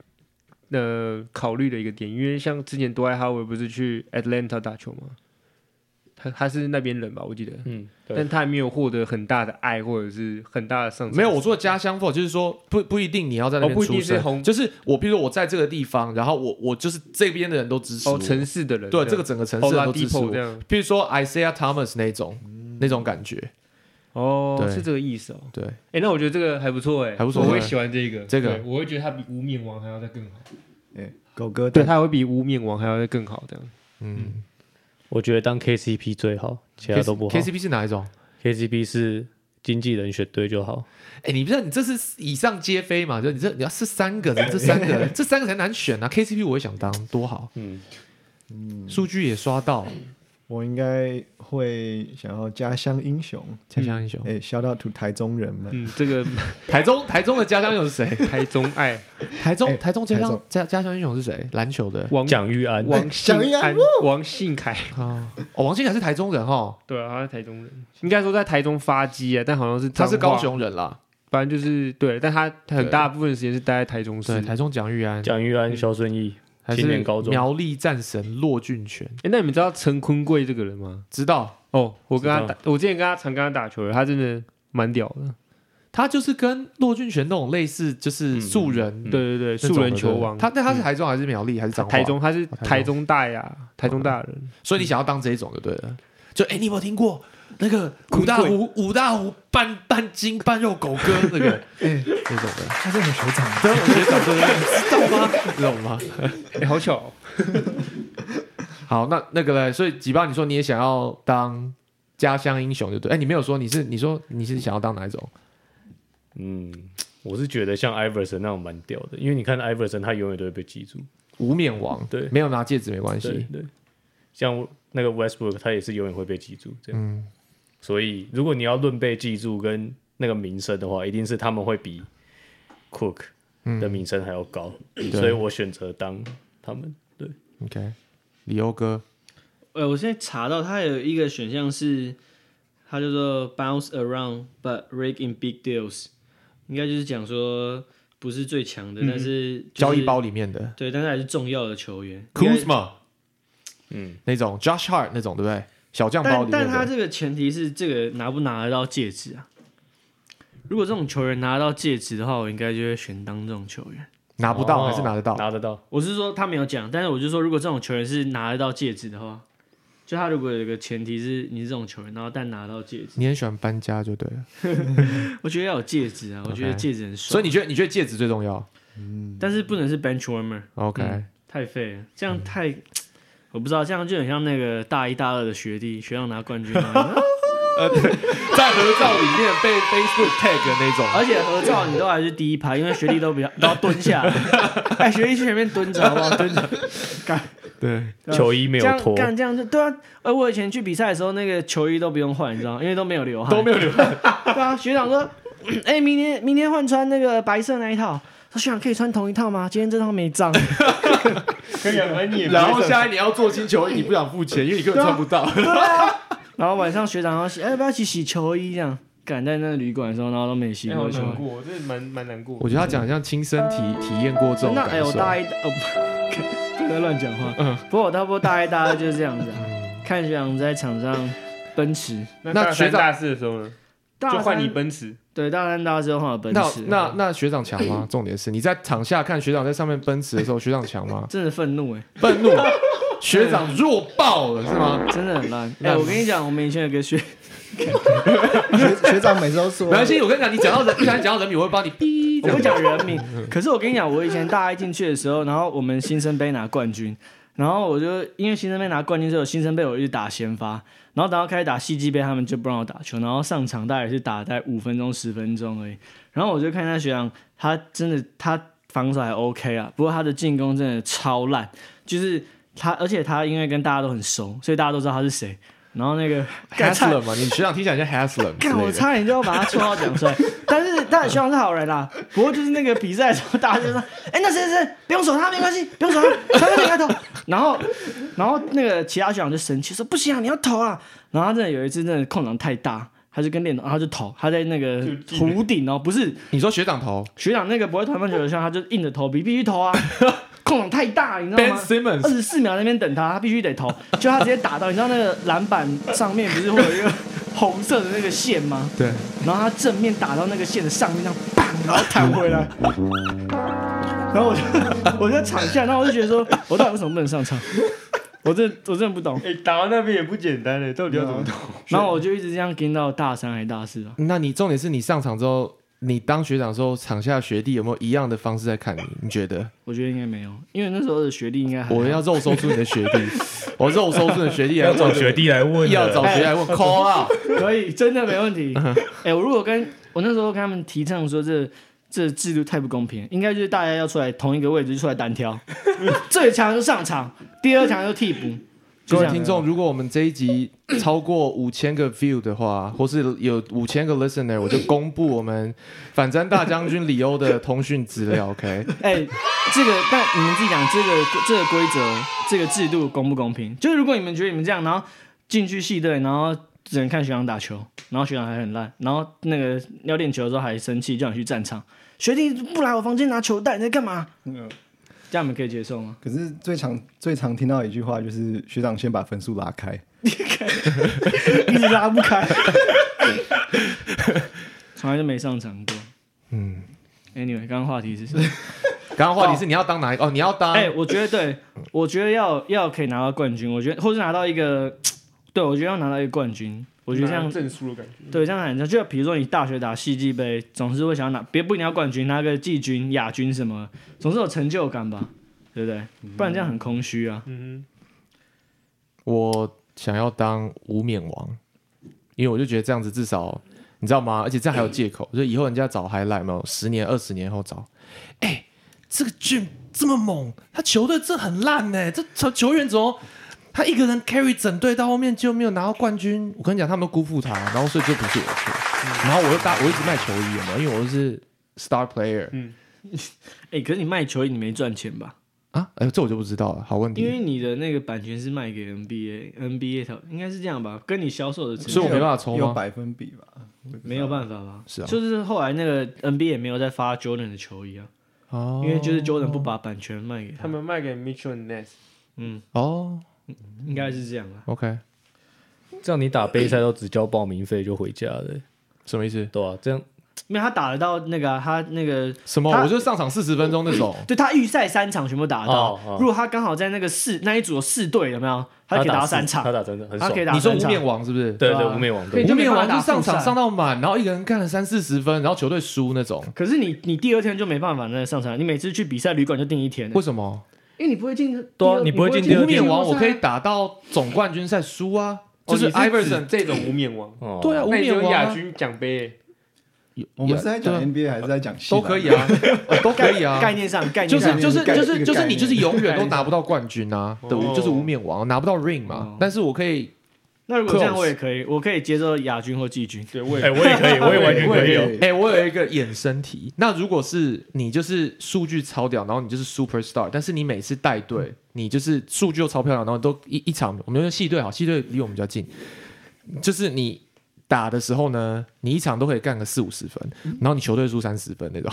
Speaker 4: 呃考虑的一个点，因为像之前多埃哈维不是去 Atlanta 打球吗？他他是那边人吧，我记得，
Speaker 3: 嗯，对
Speaker 4: 但，他也没有获得很大的爱或者是很大的上升。
Speaker 1: 没有，我说的家乡 for 就是说不不一定你要在那
Speaker 4: 哦
Speaker 1: 边
Speaker 4: 不一
Speaker 1: 出
Speaker 4: 定是
Speaker 1: 生，
Speaker 4: 红
Speaker 1: 就是我，比如说我在这个地方，然后我我就是这边的人都支持我，
Speaker 4: 哦，城市的人
Speaker 1: 对这个整个城市
Speaker 4: o
Speaker 1: 人
Speaker 4: l a
Speaker 1: 都
Speaker 4: d
Speaker 1: 支
Speaker 4: i
Speaker 1: 持
Speaker 4: p o
Speaker 1: 我
Speaker 4: 这。样嗯
Speaker 1: 比如说 Isaiah Thomas 那种、那种感觉，
Speaker 4: 哦，
Speaker 1: 对
Speaker 4: 是这个意思哦。
Speaker 1: 对，
Speaker 4: 哎，那我觉得这个还不错哎，
Speaker 1: 还不错
Speaker 4: 我
Speaker 1: 对
Speaker 4: 会喜欢这个
Speaker 1: 这个
Speaker 4: 对我会觉得他比无冕王还要再更好。
Speaker 2: 哎，狗哥
Speaker 4: 对，他会比无冕王还要再更好这样。
Speaker 1: 嗯，
Speaker 3: 我觉得当 KCP 最好，其他都不好
Speaker 1: K。C P 是哪一种？
Speaker 3: KCP 是经纪人选对就好，
Speaker 1: 哎，你不知道你这是以上皆非嘛？就你这你要是三个， 这三个这三个才难选啊。K C P 我也想当，多好，
Speaker 3: 嗯，
Speaker 1: 数据也刷到，
Speaker 2: 我应该会想要家乡英雄。
Speaker 1: 家乡英雄。
Speaker 2: 哎，shout out to 台中人 们。
Speaker 4: 嗯，这个
Speaker 1: 台中台中的家乡英雄是谁？
Speaker 4: 台中爱。
Speaker 1: 台中
Speaker 2: 哎
Speaker 1: 台中家
Speaker 2: 台
Speaker 1: 乡
Speaker 2: 中
Speaker 1: 家家乡英雄是谁？篮球的
Speaker 4: 王
Speaker 3: 蒋玉安，
Speaker 4: 王
Speaker 2: 蒋
Speaker 4: 信
Speaker 2: 一安
Speaker 4: 安、王信凯，
Speaker 1: 啊，哦，王俊凯是台中人哦，
Speaker 4: 对啊，他是台中人，应该说在台中发迹啊，但好像是
Speaker 1: 他是
Speaker 4: 彰化
Speaker 1: 高，雄人啦。
Speaker 4: 反正就是对，但他他很大部分时间是待在台中市
Speaker 1: 对，。台中蒋玉安
Speaker 3: 蒋玉安、肖顺义，
Speaker 1: 还
Speaker 3: 青
Speaker 1: 是
Speaker 3: 年高中
Speaker 1: 苗栗战神骆俊全，
Speaker 4: 哎，那你们知道陈坤贵这个人吗？
Speaker 1: 知道
Speaker 4: 哦，我跟他
Speaker 3: 知道
Speaker 4: 打，我之前跟他常跟他打球的，他真的蛮屌的。
Speaker 1: 他就是跟骆俊全那种类似，就是素人
Speaker 3: 嗯
Speaker 4: 对对对，
Speaker 1: 那种的
Speaker 4: 素人球王，
Speaker 1: 他那他是台中还是苗栗还是彰化
Speaker 4: 台？中，他是
Speaker 1: 台中
Speaker 4: 台中大呀，台中大人，
Speaker 1: 所以你想要当这一种就对了。就哎、你有没有听过那个五大湖五大湖半半斤半肉狗哥那个
Speaker 2: 哎，
Speaker 1: 那种的？
Speaker 2: 他是我学长，
Speaker 1: 对，我觉得对对，知道吗？知道吗？
Speaker 4: 哎，好巧哦，
Speaker 1: 好，那那个嘞，所以吉巴，你说你也想要当家乡英雄，对不对？哎，你没有说你是，你说你是想要当哪一种？
Speaker 3: 嗯，我是觉得像 Iverson 那种蛮屌的，因为你看 Iverson 他永远都会被记住。
Speaker 1: 无冕王，
Speaker 3: 对
Speaker 1: 没有拿戒指没关
Speaker 3: 对
Speaker 1: 系。
Speaker 3: 对，像那个 Westbrook 他也是永远会被记住这样。
Speaker 1: 嗯
Speaker 3: 所以如果你要论被记住跟那个名声的话，一定是他们会比 Cook
Speaker 1: 嗯
Speaker 3: 的名声还要高，所以我选择当他们。对，
Speaker 1: ，OK，李欧哥，
Speaker 5: 呃，我现在查到它有一个选项是，它叫做 bounce around but rake in big deals，应该就是讲说不是最强的，但是、就是、
Speaker 1: 嗯交易包里面的
Speaker 5: 对，但是还是重要的球员。应该
Speaker 1: Kuzma，
Speaker 3: 嗯，
Speaker 1: 那种 Josh Hart 那种，对不对？小将包
Speaker 5: 但
Speaker 1: 里面
Speaker 5: 但他
Speaker 1: 的，
Speaker 5: 这个前提是这个拿不拿得到戒指啊？如果这种球员拿得到戒指的话，我应该就会选当这种球员。
Speaker 1: 拿不到
Speaker 3: 哦
Speaker 1: 还是拿得到？
Speaker 3: 拿得到。
Speaker 5: 我是说他没有讲，但是我就说，如果这种球员是拿得到戒指的话，就他如果有一个前提是你是这种球员，然后但拿到戒指，
Speaker 1: 你很喜欢搬家就对了，
Speaker 5: 我觉得要有戒指啊，我觉得
Speaker 1: OK
Speaker 5: 戒指很帅。
Speaker 1: 所以你觉得你觉得戒指最重要
Speaker 5: 但是不能是 bench warmer，
Speaker 1: ？OK，
Speaker 5: 嗯太废了，
Speaker 1: 嗯
Speaker 5: 这样太、我不知道，这样就很像那个大一大二的学弟，学校拿冠军然后啊
Speaker 1: 在合照里面被 Facebook tag 的那种，
Speaker 5: 而且合照你都还是第一排，因为学弟都比较都要蹲下来， 哎，学弟去前面蹲着好不好？蹲着，
Speaker 1: 对，
Speaker 3: 球衣没
Speaker 5: 这
Speaker 3: 有
Speaker 5: 样
Speaker 3: 脱，
Speaker 5: 干这样就对啊。呃，我以前去比赛的时候，那个球衣都不用换，你知道吗？因为都没有流汗，
Speaker 1: 都没有留。
Speaker 5: 对啊，学长说，哎、明天明天换穿那个白色那一套。说学长可以穿同一套吗？今天这套没脏。
Speaker 2: 可以啊，你
Speaker 1: 然后现在你要做新球衣，你不想付钱，因为你根
Speaker 5: 啊
Speaker 1: 本穿不到。
Speaker 5: 然后晚上学长要洗，哎、要不要一起洗球衣？这样赶在那个旅馆的时候，然后都没洗
Speaker 4: 哎，
Speaker 5: 过
Speaker 4: 好
Speaker 5: 球
Speaker 4: 难
Speaker 5: 衣。
Speaker 4: 过，这蛮蛮难过。
Speaker 1: 我觉得他讲得像亲身体体验过这种
Speaker 5: 啊那
Speaker 1: 感
Speaker 5: 哎、我
Speaker 1: 受。
Speaker 5: 大一大哦， 不不要乱讲话。不过我差不多大一大二就是这样子啊，看学长在场上奔驰，
Speaker 4: 那
Speaker 1: 那
Speaker 4: 大
Speaker 1: 学
Speaker 4: 三
Speaker 1: 长
Speaker 4: 大四的时候呢，
Speaker 5: 大
Speaker 4: 就换你
Speaker 5: 三
Speaker 4: 奔驰，
Speaker 5: 对大三大二之后换我奔
Speaker 1: 那
Speaker 5: 驰，
Speaker 1: 那那学长强吗？重点是你在场下看学长在上面奔驰的 时候，学长强吗？
Speaker 5: 真的愤怒哎、
Speaker 1: 愤怒， 学长弱爆了是吗？
Speaker 5: 真的很烂哎、我跟你讲，我们以前有个学，
Speaker 2: 学学长每次都说
Speaker 1: 没，关系，我跟你讲，你讲到人，你想讲到人名，我会帮你逼。
Speaker 5: 我不讲人名，可是我跟你讲，我以前大一进去的时候，然后我们新生杯拿冠军，然后我就因为新生杯拿冠军之后，新生杯我一直打先发，然后等到开始打戏剧杯，他们就不让我打球，然后上场大概也是打在五分钟十分钟而已，然后我就看那学长，他真的他防守还 OK 啊，不过他的进攻真的超烂，就是他，而且他因为跟大家都很熟，所以大家都知道他是谁，然后那个 干差
Speaker 1: Haslam 嘛，你学长听起来像 Haslam 之
Speaker 5: 看，我
Speaker 1: 类的。
Speaker 5: 差点就要把他绰号 讲出来，但是但学长是好人啦。不过就是那个比赛的时候，大家就说：“ 哎、那谁谁谁不用守他，没关系，不用守他，他点开投。” 然后然后那个其他学长就生气说：“不行啊，你要投啊！”然后他真的有一次真的空档太大，他就跟练然后他就投，他在那个弧顶哦，不是
Speaker 1: 你说学长投
Speaker 5: 学长那个不会投棒球的像他就硬着头皮必 须投啊，空档太大，你知道
Speaker 1: Ben
Speaker 5: 吗？二
Speaker 1: Simmons，
Speaker 5: 十四秒在那边等他，他必须得投，就他直接打到，你知道那个篮板上面不是会有一个红色的那个线吗？
Speaker 1: 对，
Speaker 5: 然后他正面打到那个线的上面，这样砰，然后弹回来。然后我就 我就在场下，然后我就觉得说， 我到底为什么不能上场？我真的我真的不懂。
Speaker 4: 哎，打到那边也不简单嘞，到底要怎么
Speaker 1: 啊
Speaker 4: 打？
Speaker 5: 然后我就一直这样跟到大三还大四啊吧。
Speaker 1: 那你重点是你上场之后，你当学长之后，场下学弟有没有一样的方式在看你？你觉得？
Speaker 5: 我觉得应该没有，因为那时候的学历应该还好
Speaker 1: 我要肉搜出你的学弟，我肉搜出你的学弟来问，
Speaker 3: 弟来问啊
Speaker 1: 要找学弟来问 call out。
Speaker 5: 可以，真的没问题。
Speaker 1: 嗯
Speaker 5: 哎、我如果跟我那时候跟他们提倡说这这制度太不公平，应该就是大家要出来同一个位置就出来 单挑，最强就上场，第二强就替补。就
Speaker 1: 各
Speaker 5: 这
Speaker 1: 位
Speaker 5: 样
Speaker 1: 听众，如果我们这一集超过五千个 view 的话，或是有五千个 listener，我就公布我们反战大将军李欧的通讯资料。OK，
Speaker 5: 哎、这个但你们自己讲这个这个规则这个制度公不公平？就是如果你们觉得你们这样，然后进去系队，然后只能看学长打球，然后学长还很烂，然后那个要练球的时候还生气，叫你去战场，学弟不来我房间拿球袋，你在干嘛？
Speaker 2: 嗯
Speaker 5: 这样你们可以接受吗？
Speaker 2: 可是最常最常听到一句话就是学长先把分数拉开，
Speaker 5: 一直拉不开。 从来就没上场过。
Speaker 1: 嗯，
Speaker 5: Anyway，刚刚话题是什么？
Speaker 1: 刚刚话题是你要当哪一个？哦，你要当
Speaker 5: 哎、我觉得对，我觉得要要可以拿到冠军，我觉得或是拿到一个，对我觉得要拿到一个冠军，我觉得这样
Speaker 4: 证书的感觉，
Speaker 5: 对这样很像，就比如说你大学打戏剧杯，总是会想要拿，别不一定要冠军，拿个季军、亚军什么，总是有成就感吧，对不对？不然这样很空虚啊。
Speaker 4: 嗯
Speaker 1: 我想要当无冕王，因为我就觉得这样子至少你知道吗？而且这样还有借 口，就以后人家找还来嘛，十年、二十年后找，哎、这个俊这么猛，他球队这很烂呢、这球球员怎么他一个人 carry 整队到后面就没有拿到冠军？我跟你讲，他们都辜负他，然后所以这不是我的错，
Speaker 5: 嗯
Speaker 1: 然后我又搭我一直卖球衣嘛，因为我又是 star player
Speaker 4: 哼，嗯，
Speaker 5: 哎、可是你卖球你没赚钱吧？
Speaker 1: 啊，哎、这我就不知道了，好问
Speaker 5: 因
Speaker 1: 题，
Speaker 5: 为你的那个版权是卖给 NBA，NBA 条应该是这样吧？跟你销售的成
Speaker 1: 所以我没办法抽
Speaker 2: 有
Speaker 1: 吗？
Speaker 2: 百分比吧？
Speaker 5: 没有办法吧？
Speaker 1: 是啊
Speaker 5: 就是后来那个 NBA 也没有再发 Jordan 的球衣啊，
Speaker 1: 哦
Speaker 5: 因为就是 Jordan 不把版权卖给他
Speaker 4: 他，们卖给 Mitchell and Ness，
Speaker 5: 嗯，
Speaker 1: 哦
Speaker 5: 应该是这样啊。
Speaker 1: ，OK，
Speaker 3: 这样你打杯赛都只交报名费就回家了，
Speaker 1: 什么意思？
Speaker 3: 对啊，这样
Speaker 5: 因为他打得到那个啊、他那个，
Speaker 1: 什么？
Speaker 5: 他
Speaker 1: 我就上场四十分钟那 种。
Speaker 5: 对他预赛三场全部打得到。
Speaker 3: 哦哦
Speaker 5: 如果他刚好在那个四那一组有四队，有没有？他可以打到
Speaker 3: 四
Speaker 5: 三场
Speaker 3: 他，打三场很
Speaker 5: 他
Speaker 3: 爽
Speaker 5: 可以。打
Speaker 1: 你说
Speaker 5: 三
Speaker 1: 无
Speaker 5: 场。
Speaker 1: 冕王是不是？
Speaker 3: 对
Speaker 5: 对
Speaker 3: 对，
Speaker 5: 啊
Speaker 3: 无冕王
Speaker 5: 可以
Speaker 3: 对，
Speaker 5: 就
Speaker 1: 无
Speaker 5: 没
Speaker 1: 冕
Speaker 5: 办法
Speaker 1: 王
Speaker 5: 打
Speaker 1: 就上
Speaker 5: 复
Speaker 1: 场
Speaker 5: 赛
Speaker 1: 上到满，然后一个人干了三四十分，然后球队输那种。
Speaker 5: 可是你你第二天就没办法那个上场，你每次去比赛旅馆就订一天了，
Speaker 1: 为什么？
Speaker 5: 因为你不会进。
Speaker 3: 对啊你不会进第
Speaker 1: 无
Speaker 3: 二天
Speaker 1: 冕王我可以打到总冠军赛输啊，就
Speaker 4: 哦
Speaker 1: 是
Speaker 4: 你
Speaker 1: Iverson
Speaker 4: 指这种无冕王，
Speaker 3: 哦
Speaker 1: 对啊， 无
Speaker 4: 那你
Speaker 1: 冕
Speaker 4: 有
Speaker 1: 王
Speaker 4: 亚
Speaker 1: 啊
Speaker 4: 军奖杯，
Speaker 2: 我们是在
Speaker 1: 对
Speaker 2: 讲
Speaker 1: 啊
Speaker 2: NBA 还是在讲戏
Speaker 1: 都
Speaker 2: 篮
Speaker 1: 可以啊，呃都可以啊。
Speaker 5: 概念上，概
Speaker 1: 就
Speaker 5: 念
Speaker 1: 是
Speaker 5: 上，
Speaker 1: 就是
Speaker 2: 概
Speaker 1: 就
Speaker 2: 念
Speaker 1: 是
Speaker 2: 一个
Speaker 1: 就是
Speaker 2: 概
Speaker 1: 你
Speaker 2: 念
Speaker 1: 就是永远都拿不到冠军啊，
Speaker 4: 哦
Speaker 1: 对，就是无冕王拿不到 ring 嘛
Speaker 5: 哦。
Speaker 1: 但是我可以，
Speaker 5: 那如果这样
Speaker 1: Close
Speaker 5: 我也可以，我可以接受亚军或季军。
Speaker 4: 对，我
Speaker 3: 哎，
Speaker 4: 也
Speaker 3: 我也可以，我也完全可以哦。
Speaker 2: 对
Speaker 1: 哎，我有一个衍生题。那如果是你就是数据超屌，然后你就是 super star，但是你每次带队，
Speaker 3: 嗯
Speaker 1: 你就是数据又超漂亮，然后都一一场，我们就系队好，系队离我们比较近，就是你。打的时候呢，你一场都可以干个四五十分，
Speaker 3: 嗯
Speaker 1: 然后你球队输三十分那种，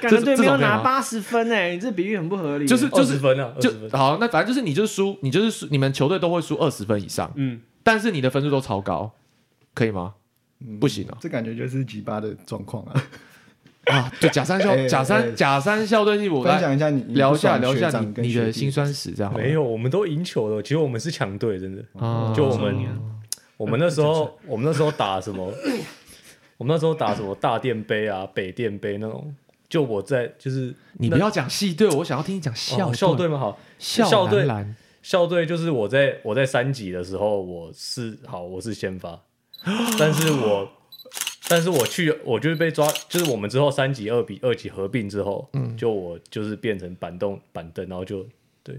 Speaker 5: 感觉对
Speaker 1: 这
Speaker 5: 没
Speaker 1: 种
Speaker 5: 有
Speaker 1: 可以吗
Speaker 5: 拿八十分哎、你这比喻很不合理。
Speaker 1: 就是就
Speaker 3: 二十
Speaker 1: 是
Speaker 3: 分啊，
Speaker 1: 就
Speaker 3: 20分
Speaker 1: 好，那反正就是你就是输，你就是输，你们球队都会输二十分以上，
Speaker 4: 嗯，
Speaker 1: 但是你的分数都超高，可以吗？不行哦
Speaker 2: 嗯这感觉就是吉巴的状况啊。
Speaker 1: 啊！就假三校
Speaker 2: 哎
Speaker 1: 假三
Speaker 2: 哎
Speaker 1: 假三校队替补
Speaker 2: 分
Speaker 1: 来
Speaker 2: 享一下你你
Speaker 1: 聊一下
Speaker 2: 不
Speaker 1: 聊
Speaker 2: 爽
Speaker 1: 一
Speaker 2: 学
Speaker 1: 下
Speaker 2: 长
Speaker 1: 你
Speaker 2: 跟
Speaker 1: 你
Speaker 2: 学
Speaker 1: 的
Speaker 2: 弟
Speaker 1: 辛酸史，这样好吗
Speaker 3: 没有，我们都赢球了。其实我们是强队，真的。
Speaker 1: 啊？
Speaker 3: 就我们我们那时候，我们那时候打什么？ 我们那时候打什么大殿杯啊、北殿杯那种。就我在就是
Speaker 1: 你不要讲系队，我想要听你讲校
Speaker 3: 哦校队嘛，好
Speaker 1: 校
Speaker 3: 校队
Speaker 1: 男篮
Speaker 3: 校队就是我在我在三级的时候，我是好我是 先发，但是我但是我去我就是被抓，就是我们之后三级二比二级合并之后，
Speaker 1: 嗯
Speaker 3: 就我就是变成板凳板凳，然后就对，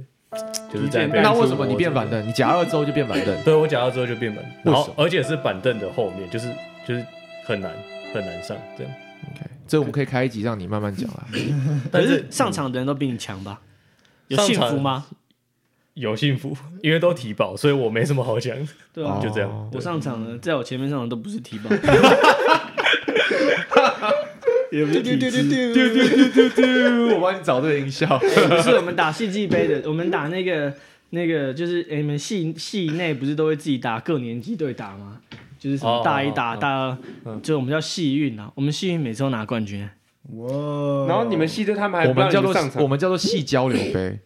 Speaker 3: 就是在
Speaker 4: 对
Speaker 1: 那为什么你变
Speaker 3: 板？
Speaker 1: 板凳？你夹二之后就变板凳？
Speaker 3: 对我讲到之后就变板
Speaker 1: 为
Speaker 3: 凳，然
Speaker 1: 什么
Speaker 3: 后而且是板凳的后面，就是就是很难很难上这样。
Speaker 1: OK，这我们可以开一集让你慢慢讲啦。
Speaker 5: 可
Speaker 3: 但
Speaker 5: 是
Speaker 3: 是嗯
Speaker 5: 上场的人都比你强吧？有
Speaker 3: 上
Speaker 5: 幸
Speaker 3: 场
Speaker 5: 福吗？
Speaker 3: 有幸福，因为都提保，所以我没什么好讲。
Speaker 5: 对
Speaker 1: 哦
Speaker 5: 啊，
Speaker 3: 就这样
Speaker 5: 我上场了，在我前面上的都不是 提棒，也不
Speaker 2: 丢
Speaker 5: 是提
Speaker 2: 丢
Speaker 5: 子
Speaker 2: 丢丢丢丢，
Speaker 1: 我帮你找这个音效。
Speaker 5: 哎不是我们打戏剧杯的，我们打那个那个就是、哎诶你们系系内不是都会自己打各年级对打吗？就是什么
Speaker 3: 哦
Speaker 5: 大一打
Speaker 3: 哦哦
Speaker 5: 大二，就是我们叫系运啊，我们系运每次都拿冠军。欸
Speaker 2: 哇！
Speaker 4: 然后你们系队他们还
Speaker 1: 我
Speaker 4: 不让
Speaker 1: 们
Speaker 4: 你
Speaker 1: 叫
Speaker 4: 们
Speaker 1: 做
Speaker 4: 上场
Speaker 1: 我，们叫做系交流杯，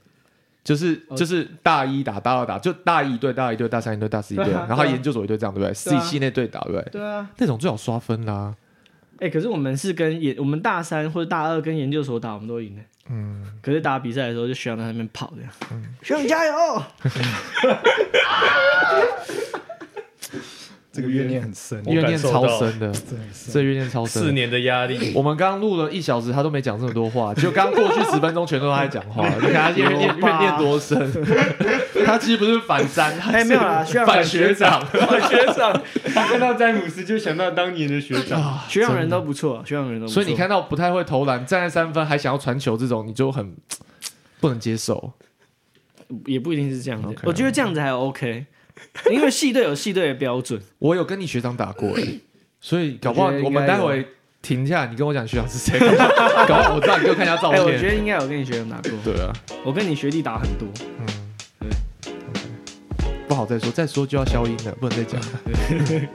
Speaker 1: 就是
Speaker 2: 哦
Speaker 1: 就是大一打大二打，就大一队大一队大三一队大四一 队，
Speaker 5: 对啊
Speaker 1: 然后研究所一队这样对不对？自
Speaker 5: 对
Speaker 1: 己
Speaker 5: 啊
Speaker 1: 系内队打对不对？
Speaker 5: 对啊，
Speaker 1: 那种最好刷分啦。
Speaker 5: 哎、可是我们是跟研，我们大三或者大二跟研究所打，我们都赢的。嗯。可是打比赛的时候，就学长在那边跑这样，学长加油！
Speaker 2: 这个怨念很深，哦
Speaker 3: 我
Speaker 1: 怨念
Speaker 3: 感受
Speaker 1: 超
Speaker 3: 到
Speaker 1: 深的，
Speaker 2: 真的是
Speaker 1: 这怨念超
Speaker 3: 四
Speaker 1: 深。
Speaker 3: 年的压力，
Speaker 1: 我们刚录了一小时，他都没讲这么多 话，就刚过去十分钟全都他在讲话，你看他怨念
Speaker 5: 有吧
Speaker 1: 怨念多深。他其实不是反三，他
Speaker 5: 哎
Speaker 1: 是
Speaker 5: 没有啦学长
Speaker 1: 反学长。
Speaker 4: 学长，他看到詹姆斯就想到当年的学长，
Speaker 5: 学长人都不错，学长人都不错。
Speaker 1: 所以你，看到不太会投篮，站在三分还想要传球这种，你就很不能接受。
Speaker 5: 也不一定是这样的
Speaker 1: OK 啊
Speaker 5: 我觉得这样子还 OK，因为系队有系队的标 准。
Speaker 1: 我有跟你学长打过、 欸，所以搞不好
Speaker 5: 我觉得应该
Speaker 1: 我们待会停一下，你跟我讲学长是谁，搞不好我知道你给我看一下照
Speaker 5: 哎、我觉
Speaker 1: 片。
Speaker 5: 得应该有跟你学长打过，
Speaker 1: 哦对啊，
Speaker 5: 我跟你学弟打很多。
Speaker 1: 不好再说，再说就要消音了，不能再讲了。